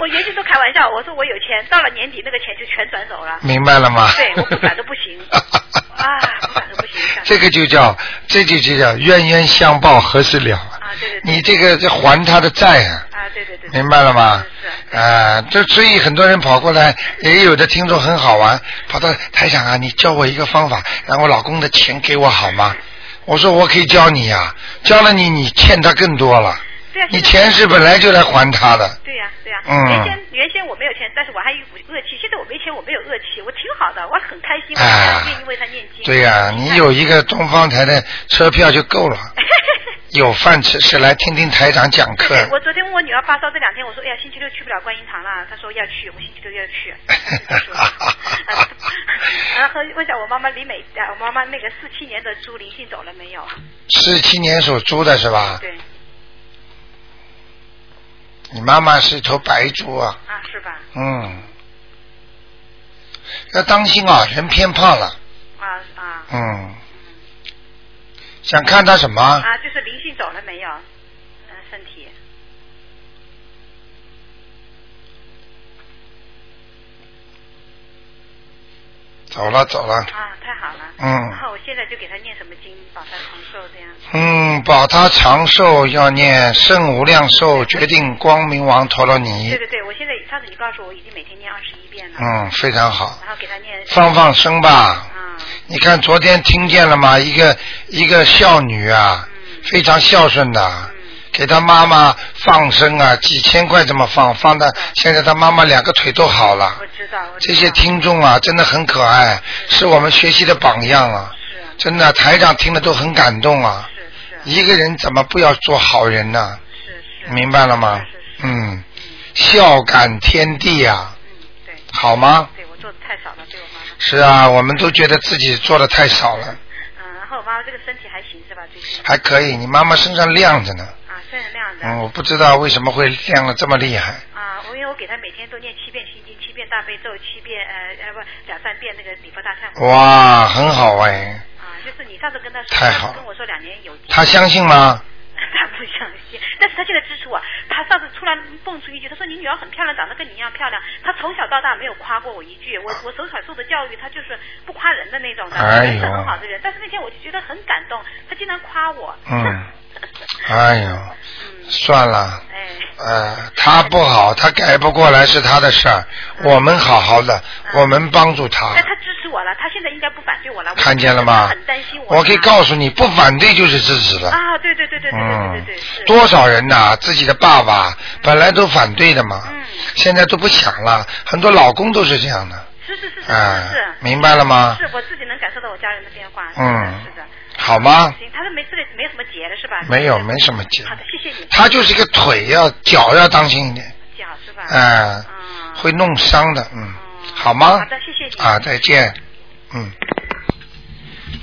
S5: 我原先都开玩笑，我说我有钱，到了年底那个钱就全转走了。
S1: 明白了吗？
S5: 对我不转都 不行啊不转都不行转
S1: 这个就叫，这就就叫冤冤相报何时了啊！
S5: 啊，对对对，
S1: 你这个在还他的债啊，
S5: 啊，对对对，对
S1: 明白了吗？
S5: 是
S1: 啊，这所以很多人跑过来，也有的听众很好玩，跑到台长啊，你教我一个方法，让我老公的钱给我好吗？我说我可以教你呀、啊教了你，你欠他更多了。
S5: 对啊，
S1: 你
S5: 现
S1: 钱
S5: 在
S1: 是本来就来还他的，
S5: 对呀、对呀、
S1: 嗯
S5: 原先原先我没有钱，但是我还有股恶气。现在我没钱，我没有恶气，我挺好的，我很开心，我
S1: 啊
S5: 还愿意为他念经。
S1: 对呀、
S5: 嗯
S1: 你有一个东方台的车票就够 了，有饭吃是来听听台长讲课。
S5: 对，我昨天问我女儿发烧这两天，我说哎呀，星期六去不了观音堂了，她说要去，我星期六要去。她说 然后问一下我妈妈李美，啊我妈妈那个四七年的猪灵性走了没有？
S1: 十七年属猪的是吧？
S5: 对，
S1: 你妈妈是头白猪啊，
S5: 啊是吧？
S1: 嗯，要当心啊，人偏胖了，
S5: 啊啊
S1: 嗯，想看他什么？
S5: 啊，就是灵性走了没有？嗯，身体
S1: 走了走了，
S5: 啊，太好了。
S1: 嗯
S5: 然后我现在就给她念什么经，保她长寿这样。
S1: 嗯，保他长寿要念圣无量寿决定光明王陀罗尼
S5: 对，对对，我现在上次你告诉我，我已经每天念二十一遍了，
S1: 嗯，非常好，
S5: 然后给他念
S1: 放放生吧。
S5: 啊，
S1: 你看昨天听见了吗？一个一个孝女啊，非常孝顺的。
S5: 嗯，
S1: 给他妈妈放生啊，几千块这么放，放的现在他妈妈两个腿都好了
S5: 我。知道，我知
S1: 这
S5: 道
S1: 些听众啊，真的很可爱，是我们学习的榜样啊！
S5: 是
S1: 真的，台长听了都很感动啊。
S5: 是是
S1: 一个人怎么不要做好人呢？
S5: 是是，
S1: 明白了吗
S5: 是是？是
S1: 嗯，孝感天地啊，
S5: 嗯，对
S1: 好吗？
S5: 对，我做的太少了，对我妈妈，
S1: 是啊，我们都觉得自己做的太少了，
S5: 嗯，然后我妈妈这个身体还行是吧？最近
S1: 还可以。你妈妈身上亮着呢，
S5: 啊，虽然那样
S1: 嗯，
S5: 的
S1: 我不知道为什么会亮的这么厉害。
S5: 啊，我因为我给她每天都念七遍心经，七遍大悲咒，七遍呃呃不两三遍那个礼佛大忏悔
S1: 哇，很好哎、
S5: 啊，就是你上次跟她说，
S1: 太好了
S5: 跟我说两年有。
S1: 他相信吗？
S5: 他不相信，但是他现在支持我。他上次突然蹦出一句，他说你女儿很漂亮，长得跟你一样漂亮。他从小到大没有夸过我一句，我我从小受的教育，他就是不夸人的那种的，
S1: 啊哎呦
S5: 人是很好的人。但是那天我就觉得很感动，他竟然夸我。
S1: 嗯，哎呦，
S5: 嗯，
S1: 算了，
S5: 哎，
S1: 呃，他不好，他改不过来是他的事儿，
S5: 嗯
S1: 我们好好的，我们帮助他
S5: 但，他支持我了，他现在应该不反对我了。我
S1: 看见了吗
S5: 他很担心？我。
S1: 我可以告诉你，不反对就是支持了。
S5: 啊，对对对对对对对
S1: 嗯
S5: 对，是，
S1: 多少人呐、自己的爸爸本来都反对的嘛，
S5: 嗯
S1: 现在都不想了，很多老公都是这样的，
S5: 是是是是是
S1: 啊、
S5: 是，
S1: 明白了吗？
S5: 是我自己能感受到我家人的变化。是的
S1: 嗯
S5: 是的。
S1: 好吗？
S5: 行，他说没这个没有什么结了是吧？
S1: 没有，没什哎么结
S5: 好，的，谢谢你。
S1: 他就是一个腿要脚要当心一点，
S5: 脚是吧？
S1: 哎、
S5: 嗯，
S1: 会弄伤的，嗯，好
S5: 好
S1: 吗？
S5: 的，谢谢你。
S1: 啊，再见，嗯。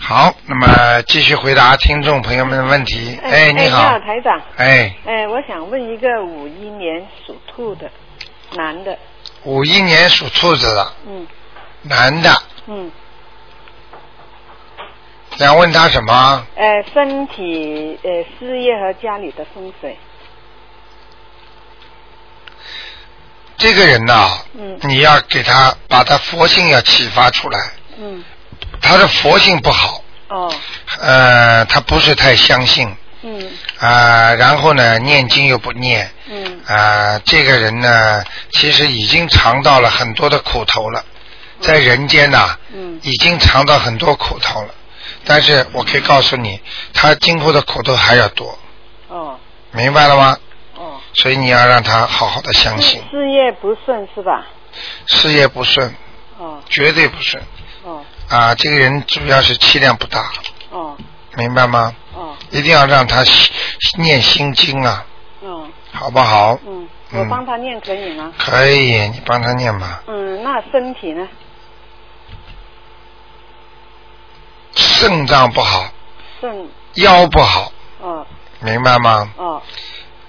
S1: 好，那么继续回答听众朋友们的问题。哎，你
S3: 你
S1: 好，
S3: 台长。
S1: 哎，
S3: 哎，我想问一个五一年属兔的男的，
S1: 五一年属兔子的
S3: 嗯
S1: 男的，
S3: 嗯，
S1: 想问他什么？
S3: 呃，身体、呃，事业和家里的风水，
S1: 这个人呐、
S3: 嗯
S1: 你要给他把他佛性要启发出来，
S3: 嗯，
S1: 他的佛性不好，
S3: 哦，
S1: 呃，他不是太相信
S3: 嗯
S1: 啊、然后呢，念经又不念，
S3: 嗯
S1: 啊、这个人呢，其实已经尝到了很多的苦头了，在人间呐、
S3: 嗯
S1: 已经尝到很多苦头了。但是我可以告诉你，他今后的苦头还要多，
S3: 哦
S1: 明白了吗？
S3: 哦，
S1: 所以你要让他好好的相
S3: 事
S1: 信，
S3: 事业不顺是吧？
S1: 事业不顺，
S3: 哦
S1: 绝对不顺
S3: 哦
S1: 啊！这个人主要是气量不大，
S3: 哦
S1: 明白吗？
S3: 哦
S1: 一定要让他心念心经啊，
S3: 哦，
S1: 好不好？
S3: 嗯，
S1: 嗯
S3: 我帮他念可以吗？
S1: 可以，你帮他念吧。
S3: 嗯，那身体呢？
S1: 肾脏不好，
S3: 肾
S1: 腰不好，
S3: 哦
S1: 明白吗？
S3: 哦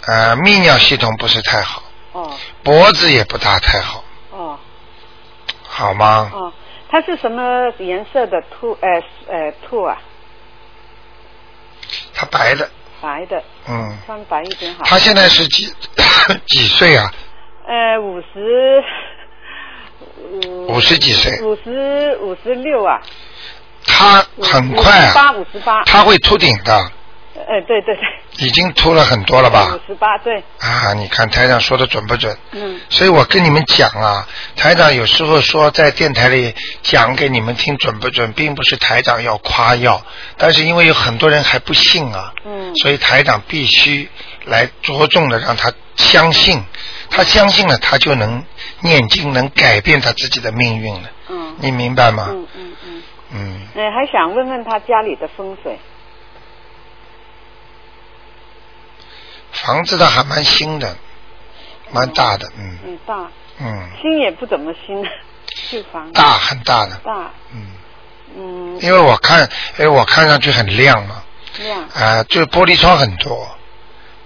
S1: 呃，泌尿系统不是太好，
S3: 哦
S1: 脖子也不大太好，
S3: 哦
S1: 好吗？
S3: 哦，它是什么颜色的兔？呃呃兔啊，
S1: 他白的，
S3: 白的，
S1: 嗯，
S3: 穿白一点好。
S1: 他现在是几 几岁啊？
S3: 呃，五十，
S1: 五十几岁
S3: 五十五十六啊，
S1: 他很快啊，
S3: 八五十八，
S1: 他会秃顶的，
S3: 呃，对对对，
S1: 已经秃了很多了吧
S3: 五？十八，对，
S1: 啊，你看台长说的准不准？
S3: 嗯，
S1: 所以我跟你们讲啊，台长有时候说在电台里讲给你们听准不准，并不是台长要夸耀，但是因为有很多人还不信啊，
S3: 嗯
S1: 所以台长必须来着重的让他相信，他相信了，他就能念经，能改变他自己的命运了，
S3: 嗯
S1: 你明白吗？
S3: 嗯嗯嗯，
S1: 嗯，
S3: 呃，还想问问他家里的风水，
S1: 房子的还蛮新的，蛮大的，嗯
S3: 嗯，大，
S1: 嗯，
S3: 新也不怎么新，旧房，
S1: 大很大的，
S3: 大，
S1: 嗯，
S3: 嗯，
S1: 因为我看，因为我看上去很亮嘛。
S3: 亮，
S1: 啊，就是玻璃窗很多。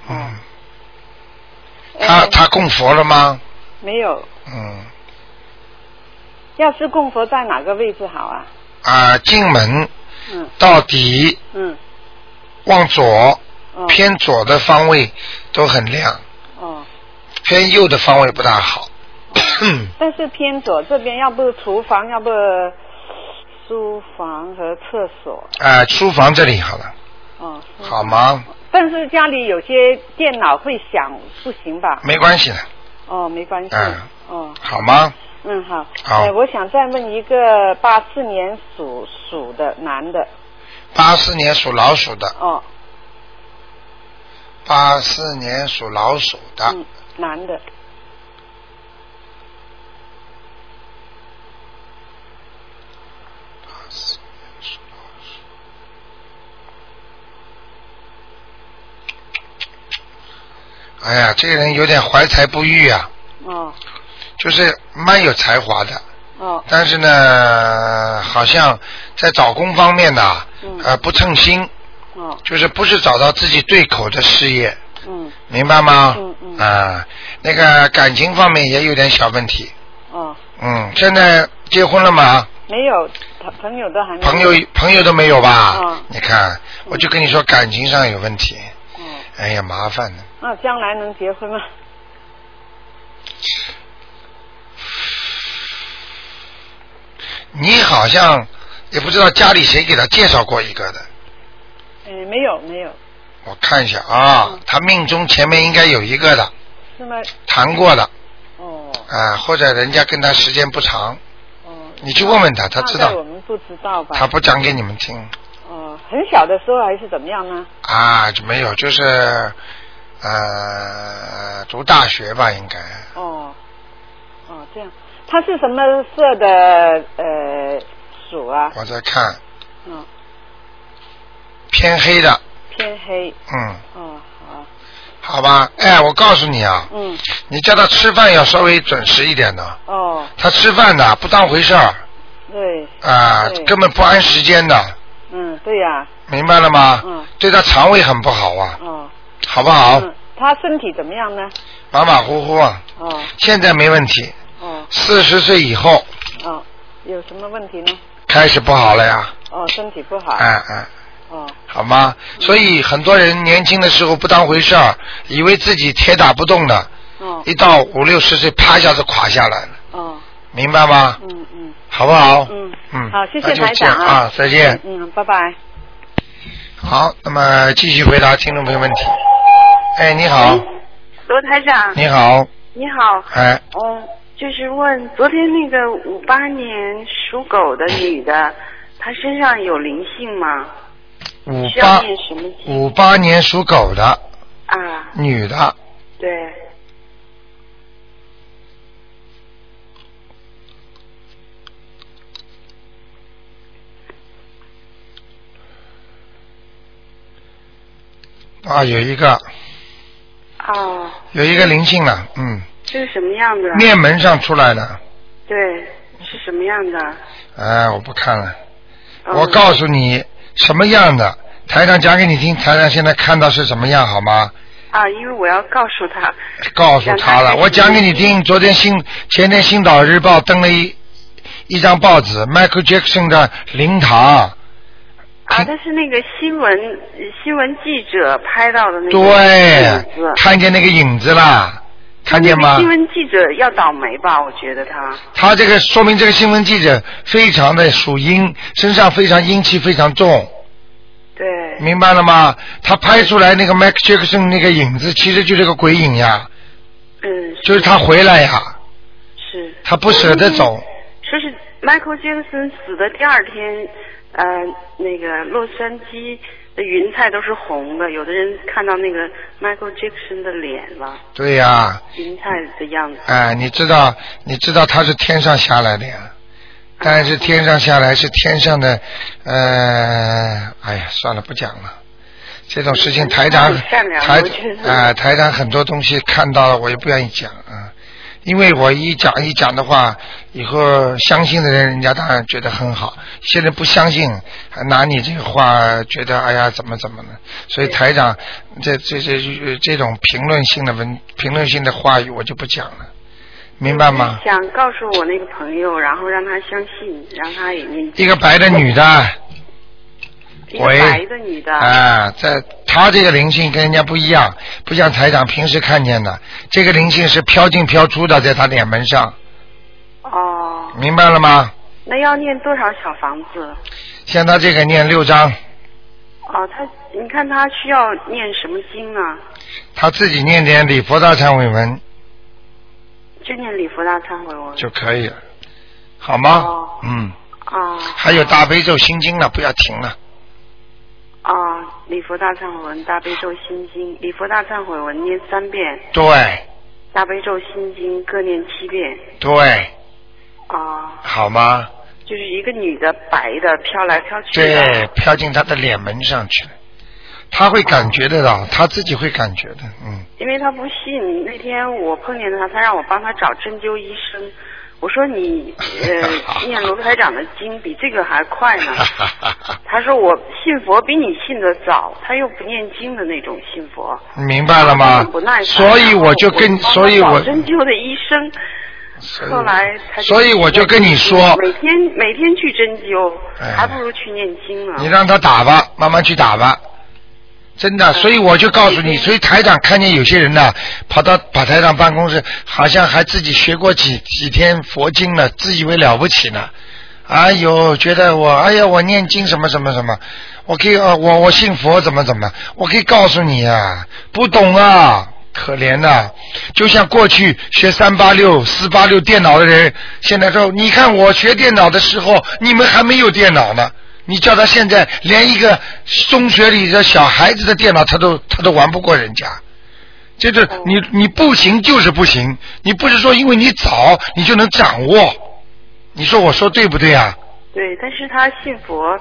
S1: 嗯，他
S3: 呃
S1: 他供佛了吗？
S3: 没有，
S1: 嗯，
S3: 要是供佛在哪个位置好啊？
S1: 啊，进门
S3: 嗯
S1: 到底
S3: 嗯，
S1: 往左
S3: 哦
S1: 偏左的方位都很亮，
S3: 哦，
S1: 偏右的方位不大好。
S3: 但是偏左这边，要不厨房，要不书房和厕所，
S1: 啊，书房这里好了，
S3: 哦，书
S1: 好吗？
S3: 但是家里有些电脑会响，不行吧？
S1: 没关系的，
S3: 哦，没关系。
S1: 嗯
S3: 哦，
S1: 好吗？
S3: 嗯，好。
S1: 好
S3: 呃我想再问一个八四年属鼠的男的。
S1: 八四年属老鼠的，
S3: 哦，
S1: 八四年属老鼠的，
S3: 嗯，男的。
S1: 哎呀，这个人有点怀才不遇啊，
S3: 哦
S1: 就是蛮有才华的，
S3: 哦
S1: 但是呢，好像在找工方面呢，
S3: 嗯
S1: 呃，不称心，
S3: 哦，
S1: 就是不是找到自己对口的事业，
S3: 嗯
S1: 明白吗？
S3: 嗯嗯
S1: 啊，那个感情方面也有点小问题。
S3: 哦，
S1: 嗯，现在结婚了吗？
S3: 没有，朋朋友都还没有
S1: 朋友朋友都没有吧？
S3: 嗯
S1: 你看，我就跟你说感情上有问题，
S3: 哦，
S1: 哎呀，麻烦了。
S3: 那将来能结婚吗？
S1: 你好像也不知道家里谁给他介绍过一个的，
S3: 哎，没有没有，
S1: 我看一下啊，
S3: 嗯
S1: 他命中前面应该有一个的，
S3: 是吗？
S1: 谈过的。
S3: 哦
S1: 啊，或者人家跟他时间不长，
S3: 哦。
S1: 你去问问他，他知
S3: 大概我
S1: 道，
S3: 们不知道吧？
S1: 他不讲给你们听
S3: 哦，很小的时候还是怎么样呢？
S1: 啊，就没有，就是呃，读大学吧，应该
S3: 哦，哦，这样，它是什么色的呃鼠啊？
S1: 我在看
S3: 嗯，
S1: 偏黑的，
S3: 偏黑。
S1: 嗯，
S3: 哦，好，
S1: 好吧，哎，我告诉你啊，
S3: 嗯，
S1: 你叫他吃饭要稍微准时一点的，
S3: 哦，
S1: 他吃饭呢不当回事儿
S3: 对，
S1: 啊
S3: 对，
S1: 根本不按时间的，
S3: 嗯，对呀、
S1: 明白了吗？
S3: 嗯
S1: 对他肠胃很不好啊，
S3: 哦，
S1: 好不好？
S3: 嗯，它身体怎么样呢？
S1: 马马虎虎啊，
S3: 哦，
S1: 现在没问题，
S3: 哦，
S1: 四十岁以后。
S3: 哦，有什么问题呢？
S1: 开始不好了呀，
S3: 哦，身体不好。
S1: 哎哎，
S3: 哦，
S1: 好吗？所以很多人年轻的时候不当回事儿，以为自己铁打不动的，
S3: 哦，
S1: 一到五六十岁，啪一下子垮下来了，
S3: 哦，
S1: 明白吗？
S3: 嗯嗯
S1: 好不好？
S3: 嗯
S1: 嗯，
S3: 好，谢
S1: 那
S3: 谢
S1: 就
S3: 台
S1: 这样
S3: 长
S1: 啊，再见。
S3: 嗯，拜拜。
S1: 好，那么继续回答听众朋友问题。哎，你好，
S2: 罗台长，
S3: 啊
S1: 你好，
S2: 你好，
S1: 哎，
S2: 嗯，
S3: 哦就是问昨天那个五八年属狗的女 的，她身上有灵性吗？
S1: 五
S3: 需要
S1: 八
S3: 念什么经
S1: 五八年属狗的
S3: 啊？
S1: 女的，
S3: 对，
S1: 啊，有一个
S3: 哦，
S1: 有一个灵性了，嗯，
S3: 这是什么样的？
S1: 面门上出来了，
S3: 对，是什么样的？
S1: 哎，我不看了，
S3: 嗯
S1: 我告诉你什么样的，台长讲给你听，台长现在看到是什么样好吗？
S3: 啊，因为我要告诉他，
S1: 告诉他了，
S3: 让他
S1: 我讲给你听。昨天新前天《星岛日报》登了一一张报纸，Michael Jackson 的灵堂，嗯
S3: 啊，他是那个新闻新闻记者拍到的那个
S1: 对
S3: 影子，
S1: 看见那个影子啦，看见吗
S3: 那个？新闻记者要倒霉吧？我觉得他，
S1: 他这个说明这个新闻记者非常的属阴，身上非常阴气非常重，
S3: 对，
S1: 明白了吗？他拍出来那个 Michael Jackson 那个影子，其实就是个鬼影呀，
S3: 嗯，
S1: 就是他回来呀，
S3: 是
S1: 他不舍得走。
S3: 说是 Michael Jackson 死的第二天，呃，那个洛杉矶的云彩都是红的，有的人看到那个 Michael Jackson 的脸了，
S1: 对呀、
S3: 云彩的样子。
S1: 哎，你知道，你知道他是天上下来的呀，但是天上下来是天上的，呃，哎呀，算了，不讲了。这种事情，台长
S3: 很善良
S1: 台
S3: 我觉得
S1: 啊、台长很多东西看到了，我也不愿意讲啊，因为我一讲一讲的话，以后相信的人，人家当然觉得很好；现在不相信，还拿你这个话觉得哎呀怎么怎么呢？所以台长这这这这种评论性的文评论性的话语，我就不讲了，明白吗？
S3: 想告诉我那个朋友，然后让他相信，让他也念经。
S1: 一个白的女的，
S3: 一个
S1: 喂
S3: 白的女的，
S1: 啊，在他这个灵性跟人家不一样，不像台长平时看见的，这个灵性是飘进飘出的，在他脸门上，
S3: 哦，
S1: 明白了吗？
S3: 那要念多少小房子？
S1: 像他这个念六章，
S3: 哦，他，你看他需要念什么经啊呢？
S1: 他自己念点礼佛大忏悔文
S3: 就念礼佛大忏悔文。
S1: 就可以了，好吗？
S3: 哦
S1: 嗯，
S3: 啊
S1: 还有大悲咒心经了，不要停了。
S3: 啊！礼佛大忏悔文、大悲咒心经，礼佛大忏悔文念三遍，
S1: 对
S3: 大悲咒心经各念七遍。
S1: 对，
S3: 啊，
S1: 好吗？
S3: 就是一个女的，白的，飘来飘去的。
S1: 对，飘进他的脸门上去了，他会感觉得
S3: 哦
S1: 到，他自己会感觉的，嗯。
S3: 因为他不信，那天我碰见他，他让我帮他找针灸医生。我说你呃念卢台长的经比这个还快 呢。他说我信佛比你信的早，他又不念经的那种信佛。
S1: 明白了吗
S3: 很不耐？烦
S1: 所以我就跟
S3: 然，后
S1: 所以
S3: 帮他
S1: 我
S3: 找，针灸的医生，
S1: 所以
S3: 后来他
S1: 嗯所以我就跟你说，
S3: 每天每天去针灸，
S1: 哎
S3: 还不如去念经呢。
S1: 你 让他打吧，慢慢去打吧。真
S3: 哎
S1: 的，所以我就告诉你，所以台长看见有些人呢，跑到跑台长办公室，好像还自己学过几几天佛经呢，自以为了不起呢。哎呦，觉得我哎呀，我念经什么什么什么，我可以呃，我我信佛怎么怎么，我可以告诉你啊，不懂啊，可怜呐、就像过去学三八六、四八六电脑的人，现在说，你看我学电脑的时候，你们还没有电脑呢。你叫他现在连一个中学里的小孩子的电脑，他都他都玩不过人家。这就是
S3: 哦
S1: 你你不行就是不行，你不是说因为你早你就能掌握。你说我说对不对啊？
S3: 对，但是他信佛，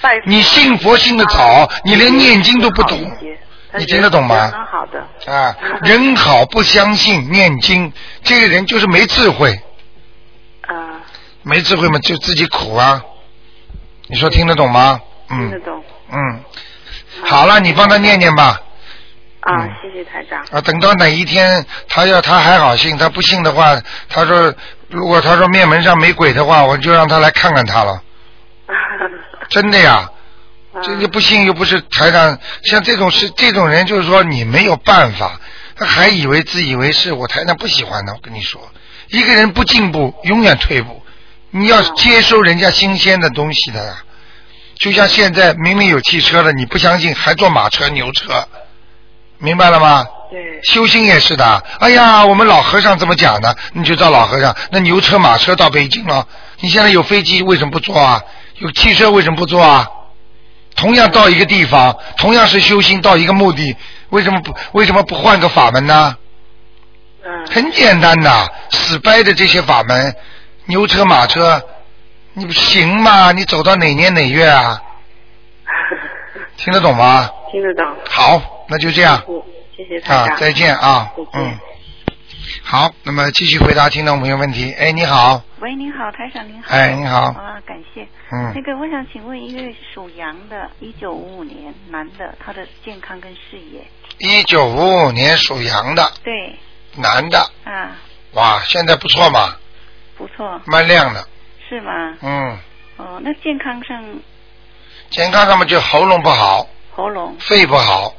S3: 拜佛
S1: 你信佛信的早，你连念经都不懂
S3: 好一些他
S1: 你
S3: 觉
S1: 听得懂吗
S3: 非常好的，
S1: 啊！人好不相信念经，这个人就是没智慧，
S3: 啊，
S1: 没智慧嘛就自己苦啊。你说听得懂吗？
S3: 听得
S1: 嗯
S3: 懂
S1: 嗯，好了，你帮他念念吧。
S3: 啊
S1: 嗯，
S3: 谢谢台长。
S1: 啊，等到哪一天他要他还好信，他不信的话，他说如果他说面门上没鬼的话，我就让他来看看他 了。真的呀，这你不信又不是台长，像这种事这种人就是说你没有办法，他还以为自以为是，我台长不喜欢的。我跟你说，一个人不进步，永远退步。你要接受人家新鲜的东西的呀，就像现在明明有汽车了，你不相信还坐马车牛车，明白了吗？
S6: 对，
S1: 修心也是的。哎呀，我们老和尚怎么讲呢？你就照老和尚，那牛车马车到北京了。你现在有飞机为什么不坐啊？有汽车为什么不坐啊？同样到一个地方，同样是修心到一个目的，为什么不为什么不换个法门呢？
S6: 嗯，
S1: 很简单的，死掰的这些法门，牛车马车，你不行吗？你走到哪年哪月啊？听得懂吗？
S6: 听得
S1: 啊
S6: 到。
S1: 好，那就这样
S6: 嗯，谢谢台
S1: 啊，
S6: 长。
S1: 再见啊
S6: 再见，
S1: 嗯。好，那么继续回答听众朋友问题。哎，你好，
S7: 喂，您好，台长您好。
S1: 哎，你好，
S7: 啊，感谢。那
S6: 哎
S1: 嗯，
S7: 个，我想请问一个属羊的，一九五五年男的，他的健康跟事业。
S1: 一九五五年属羊的
S7: 对，
S1: 男的，
S7: 啊，
S1: 哇，现在不错嘛，
S7: 不错，
S1: 蛮亮的，
S7: 是吗？
S1: 嗯，
S7: 哦，那健康上
S1: 健康上面就喉咙不好，
S7: 喉咙、
S1: 肺不好，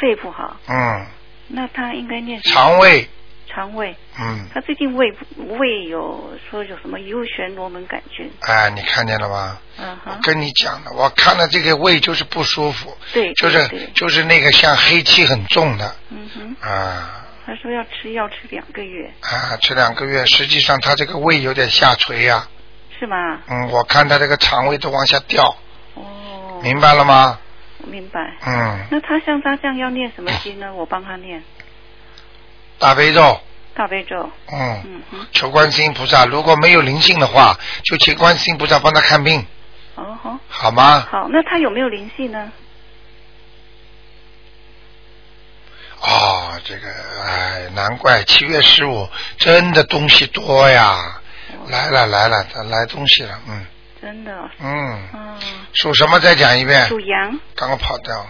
S7: 肺不好，
S1: 嗯，
S7: 那他应该念什么
S1: 肠胃，
S7: 肠胃。
S1: 嗯，
S7: 他最近胃胃有说有什么右旋螺门杆菌，
S1: 哎，你看见了吗？
S7: 嗯
S1: 我
S7: 哼，
S1: 跟你讲了，我看了这个胃就是不舒服，
S7: 对，
S1: 就
S7: 对
S1: 是
S7: 对
S1: 就是那个像黑气很重的
S7: 嗯哼，
S1: 啊
S7: 他说要吃药吃两个月，
S1: 啊，这两个月实际上他这个胃有点下垂呀、
S7: 是吗？
S1: 嗯，我看他这个肠胃都往下掉，
S7: 哦，
S1: 明白了吗？
S7: 明白。
S1: 嗯，
S7: 那他像他这样要念什么经呢？我帮他念
S1: 大悲咒，
S7: 大悲咒。
S1: 嗯，
S7: 嗯哼，
S1: 求观世音菩萨，如果没有灵性的话，就请观世音菩萨帮他看病，
S7: 哦吼，
S1: 好吗？
S7: 好，那他有没有灵性呢？
S1: 哦，这个哎，难怪七月十五真的东西多呀，
S7: 哦
S1: 来了来了，来东西了，嗯
S7: 真的，
S1: 嗯。
S7: 嗯，
S1: 属什么？再讲一遍。
S7: 属羊，
S1: 刚刚跑掉。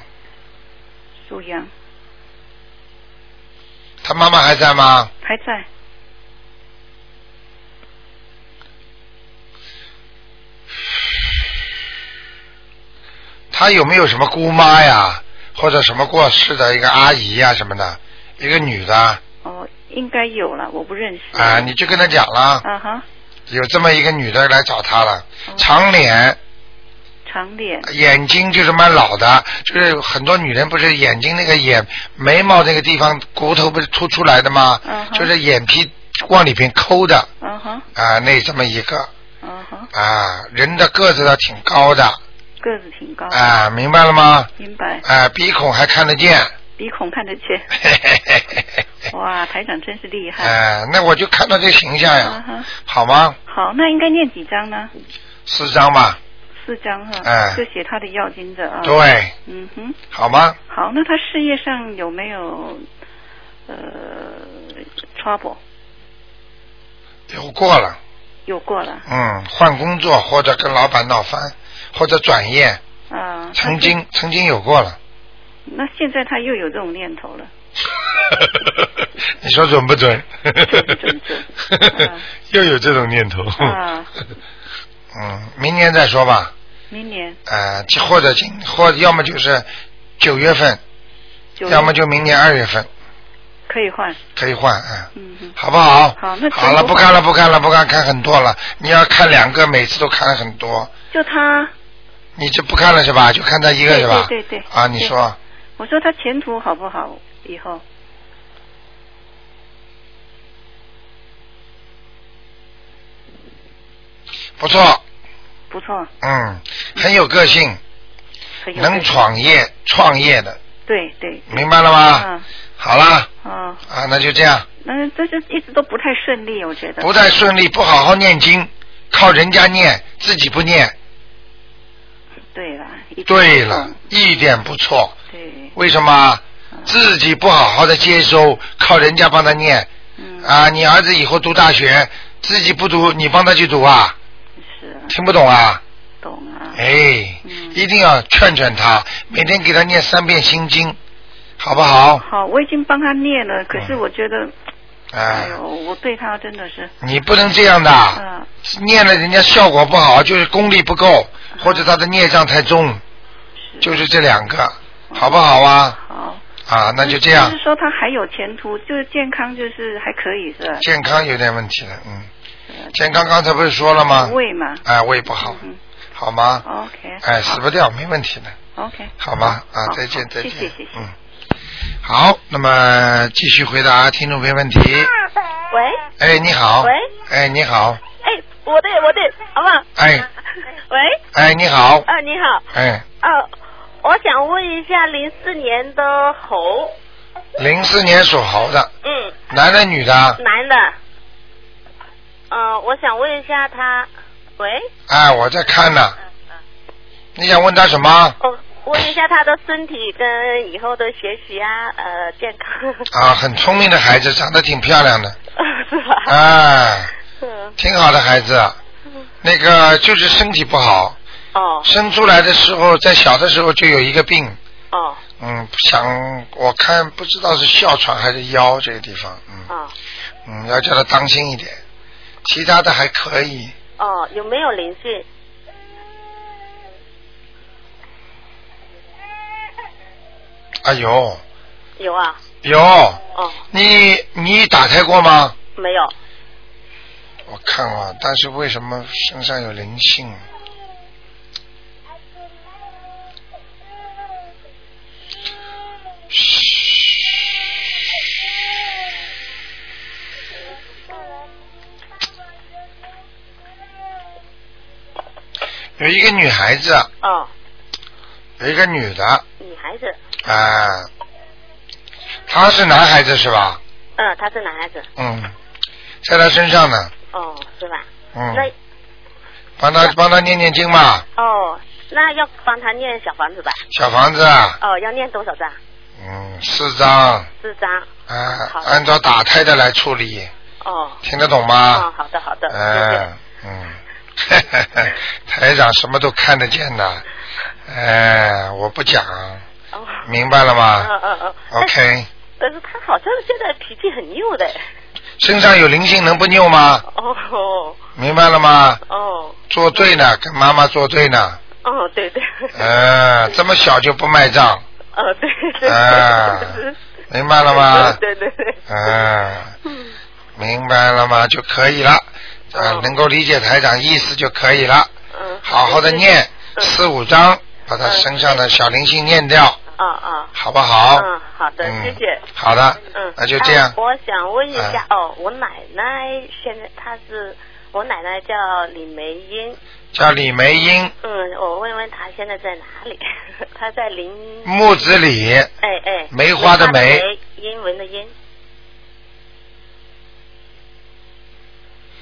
S7: 属羊
S1: 他妈妈还在吗？
S7: 还在，
S1: 他有没有什么姑妈呀，或者什么过世的一个阿姨呀什么的？一个女的
S7: 哦，应该有了，我不认识。
S1: 啊，你就跟他讲了，
S7: 啊哈，
S1: 有这么一个女的来找他了，
S7: 哦
S1: 长脸，
S7: 长脸，
S1: 眼睛就是蛮老的，就是很多女人不是眼睛那个眼眉毛那个地方骨头不是凸出来的吗？
S7: 嗯哼
S1: 就是眼皮往里边抠的
S7: 啊哈，
S1: 啊，那这么一个
S7: 啊哈，
S1: 啊，人的个子倒挺高的
S7: 个子挺高，
S1: 啊，明白了吗？
S7: 明白，
S1: 啊，鼻孔还看得见。
S7: 鼻孔看得见。
S1: 嘿嘿嘿嘿嘿嘿
S7: 哇，台长真是厉害。
S1: 哎，那我就看到这形象
S7: 啊
S1: 哎呀，
S7: 哈，
S1: 好吗？
S7: 好，那应该念几张呢？
S1: 四张吧，
S7: 四张哈，
S1: 哎
S7: 就写他的要经者啊。
S1: 对，
S7: 嗯哼，
S1: 好吗？
S7: 好，那他事业上有没有呃 trouble？
S1: 有过了，
S7: 有过了
S1: 嗯，换工作或者跟老板闹翻，或者转业，
S7: 啊？
S1: 曾经曾经有过 了。
S7: 那现在他又有这种念头了。
S1: 你说准不准？
S7: 准准 准啊
S1: 又有这种念头。
S7: 啊
S1: 嗯，明年再说吧。
S7: 明年
S1: 呃，或者今或要么就是九月份，
S7: 九月
S1: 要么就明年二月份
S7: 可以换。
S1: 可以换，嗯。
S7: 嗯哼，
S1: 好不好？
S7: 好那
S1: 好了，
S7: 全部
S1: 不看了，不看了，不看，看很多了。你要看两个，每次都看很多，
S7: 就他，
S1: 你就不看了是吧？就看他一个
S7: 对
S1: 是吧？
S7: 对对对
S1: 啊，你说
S7: 我说他前途好不好？以后
S1: 不错，
S7: 不错，
S1: 嗯，很有个性，
S7: 很有
S1: 能
S7: 对
S1: 创业，创业的，
S7: 对对
S1: 明白了吗？
S7: 啊
S1: 好啦，
S7: 啊，
S1: 啊，那就这样，
S7: 那这是一直都不太顺利，我觉得
S1: 不太顺利，不好好念经，靠人家念，自己不念。
S7: 对了。一直
S1: 对
S7: 不
S1: 了
S7: 懂，
S1: 一点不错，
S7: 对，啊
S1: 为什么？
S7: 嗯
S1: 自己不好好的接收，靠人家帮他念，
S7: 嗯，
S1: 啊，你儿子以后读大学，自己不读，你帮他去读啊？
S7: 是啊，
S1: 听不懂啊？
S7: 懂啊，
S1: 哎，
S7: 嗯
S1: 一定要劝劝他，每天给他念三遍心经，好不好？
S7: 好，我已经帮他念了，可是我觉得，
S1: 嗯啊
S7: 哎，呦，我对他真的是，
S1: 你不能这样的，
S7: 啊，
S1: 念了人家效果不好，就是功力不够，
S7: 嗯
S1: 或者他的孽障太重，
S7: 是
S1: 就是这两个，好不好啊？
S7: 好，
S1: 啊，那就这样
S7: 就，是说他还有前途，就是健康就是还可以是吧？
S1: 健康有点问题了，嗯，
S7: 是
S1: 健康刚才不是说了吗？
S7: 胃嘛，
S1: 哎，胃不好，
S7: 嗯
S1: 好吗？
S7: ，OK，
S1: 哎，死不掉，没问题的。
S7: ，OK，
S1: 好吗？
S7: 好
S1: 啊，再见，
S7: 好
S1: 再见。
S7: 谢谢，谢谢。
S1: 嗯。好，那么继续回答听众朋友问题。
S7: 啊
S5: 喂，
S1: 哎，你好。
S5: 喂。
S1: 哎，你好。
S5: 哎，我的我的阿妈，
S1: 哎，
S7: 啊
S5: 喂，
S1: 哎，你好。
S5: 啊，你好，
S1: 哎，
S5: 呃，我想问一下零四年的猴，
S1: 零四年属猴的，
S5: 嗯，
S1: 男的女的？
S5: 男的，呃，我想问一下他，喂，
S1: 哎，我在看呢。你想问他什么？
S5: 哦，问一下他的身体跟以后的学习啊，呃，健康，
S1: 啊，很聪明的孩子，长得挺漂亮的，
S5: 是吧？
S1: 哎，
S5: 嗯，
S1: 挺好的孩子。那个就是身体不好，
S5: 哦
S1: 生出来的时候，在小的时候就有一个病，
S5: 哦
S1: 嗯，想我看不知道是哮喘还是腰这个地方，嗯
S5: 哦
S1: 嗯，要叫他当心一点，其他的还可以，
S5: 哦，有没有灵性？
S1: 哎呦，
S5: 有啊，
S1: 有，
S5: 哦，
S1: 你你打开过吗？
S5: 没有，
S1: 我看啊，但是为什么身上有灵性？有一个女孩子，
S5: 哦，
S1: 有一个女的，啊、
S5: 女孩子，
S1: 她是男孩子是吧？
S5: 嗯，他是男孩子，
S1: 嗯，在她身上呢，
S5: 哦，是吧？
S1: 嗯，
S5: 那
S1: 帮她帮她念念经吧，
S5: 哦，那要帮他念小房子吧？
S1: 小房子，啊，
S5: 哦，要念多少张？
S1: 嗯，四张，
S5: 四张。
S1: 啊
S5: 好，的
S1: 按照打胎的来处理，
S5: 哦。
S1: 听得懂
S5: 哦
S1: 吗？，
S5: 好的好的，谢谢。
S1: 嗯嗯， 台长什么都看得见的，哎，我不讲，
S5: 哦。
S1: 明白了吗
S5: 嗯嗯嗯。
S1: 啊？OK，
S5: 但是他好像现在脾气很拗的。
S1: 身上有灵性能不拗吗？
S5: 哦
S1: 明白了吗？
S5: 哦
S1: 作对呢，跟妈妈作对呢，
S5: 哦，对对。
S1: 嗯，这么小就不卖账，
S5: 哦，对对。
S1: 啊明白了吗？
S5: 对对对。
S1: 嗯，明白了吗？就可以了，啊，能够理解台长意思就可以了。
S5: 嗯。
S1: 好好的念四五章，把他身上的小灵性念掉，
S5: 啊啊。
S1: 好不好？
S5: 嗯，好的，
S1: 嗯
S5: 谢谢。
S1: 好的，
S5: 嗯，
S1: 那就这样啊
S5: 啊。我想问一下，哦，我奶奶现在她是，我奶奶叫李梅英。
S1: 叫李梅英，
S5: 嗯，我问问她现在在哪里？ 她在林。
S1: 木子李，
S5: 哎哎。
S1: 梅花的梅
S5: 梅。英文的英。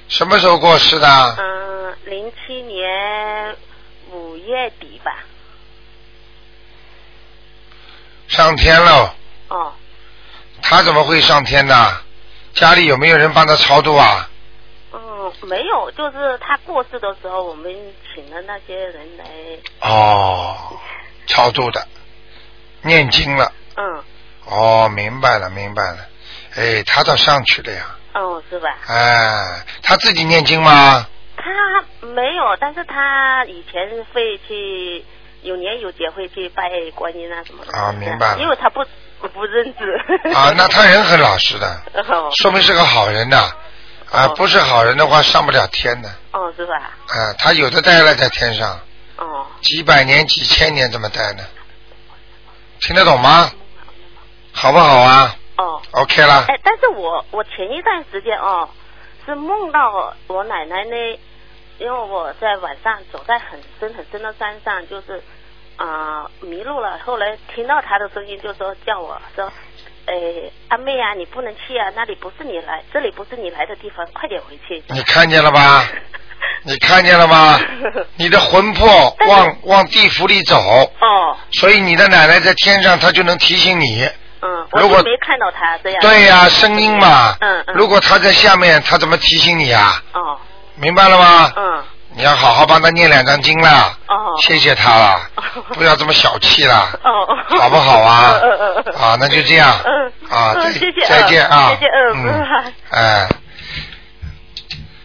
S1: 什么时候过世的？
S5: 嗯，零七年五月底吧。
S1: 上天喽，
S5: 哦，
S1: 他怎么会上天呢？家里有没有人帮他超度啊？
S5: 嗯，没有，就是她过世的时候，我们请了那些人来，
S1: 哦，超度的，念经了。
S5: 嗯，
S1: 哦，明白了，明白了。哎，他倒上去了呀。
S5: 哦，是吧？
S1: 哎，他自己念经吗？
S5: 他没有，但是他以前会去，有年有节会去拜观音啊什么的。
S1: 啊明白了
S5: 因为他不不认字。
S1: 啊，那他人很老实的，
S5: 哦
S1: 说明是个好人呐。啊，不是好人的话上不了天的。
S5: 哦，是吧？
S1: 啊，他有的待了在天上，
S5: 哦
S1: 几百年、几千年怎么待呢？听得懂吗？好不好啊
S5: 哦。
S1: ？OK 啦。
S5: 哎，但是我我前一段时间哦，是梦到我奶奶呢，因为我在晚上走在很深很深的山上，就是啊、呃迷路了，后来听到她的声音，就说叫我说。哎，阿妹啊，你不能去啊，那里不是你来，这里不是你来的地方，快点回去。
S1: 你看见了吧？你看见了吗？你的魂魄往往地府里走。
S5: 哦。
S1: 所以你的奶奶在天上，她就能提醒你。
S5: 嗯，
S1: 如果
S5: 我就没看到他这样。
S1: 对呀、声音嘛。
S5: 嗯嗯。
S1: 如果她在下面，她怎么提醒你啊？
S5: 哦。
S1: 明白了吗？
S5: 嗯。
S1: 你要好好帮她念两张经啦。
S5: 哦。
S1: 谢谢她 啦，不要这么小气啦。
S5: 哦。
S1: 好不好啊
S5: 嗯嗯嗯。
S1: 啊，那就这样。
S5: 嗯。
S1: 啊，
S5: 嗯
S1: 再
S5: 谢谢
S1: 再见啊。
S5: 嗯谢谢嗯拜拜
S1: 哎，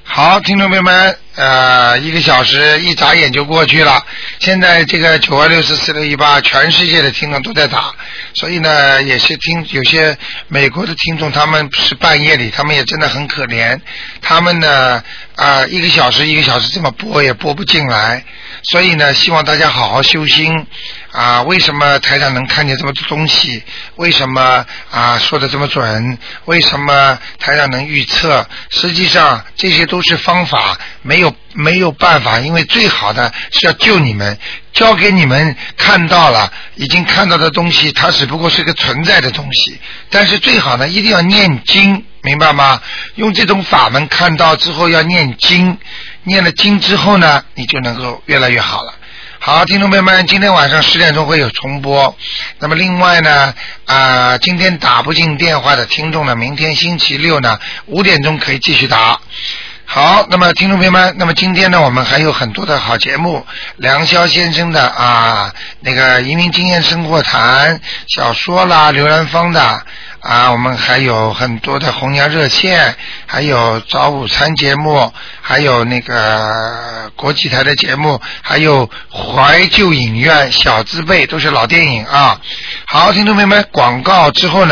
S1: 好，听众朋友们，呃，一个小时一眨眼就过去了。现在这个九二六四四六一八，全世界的听众都在打，所以呢，也是听有些美国的听众，他们是半夜里，他们也真的很可怜。他们呢，啊、一个小时一个小时这么播也播不进来，所以呢，希望大家好好修心啊。为什么台长能看见这么多东西？为什么啊说的这么准？为什么台长能预测？实际上这些都是方法，没有没有办法，因为最好的是要救你们，交给你们看到了，已经看到的东西，它只不过是个存在的东西。但是最好呢，一定要念经，明白吗？用这种法门看到之后要念经，念了经之后呢，你就能够越来越好了。好，听众朋友们，今天晚上十点钟会有重播。那么另外呢，啊、今天打不进电话的听众呢，明天星期六呢五点钟可以继续打。好，那么听众朋友们，那么今天呢，我们还有很多的好节目，梁霄先生的啊，那个移民经验生活谈小说啦，刘兰芳的啊，我们还有很多的红娘热线，还有早午餐节目，还有那个国际台的节目，还有怀旧影院小资辈，都是老电影啊。好，听众朋友们，广告之后呢？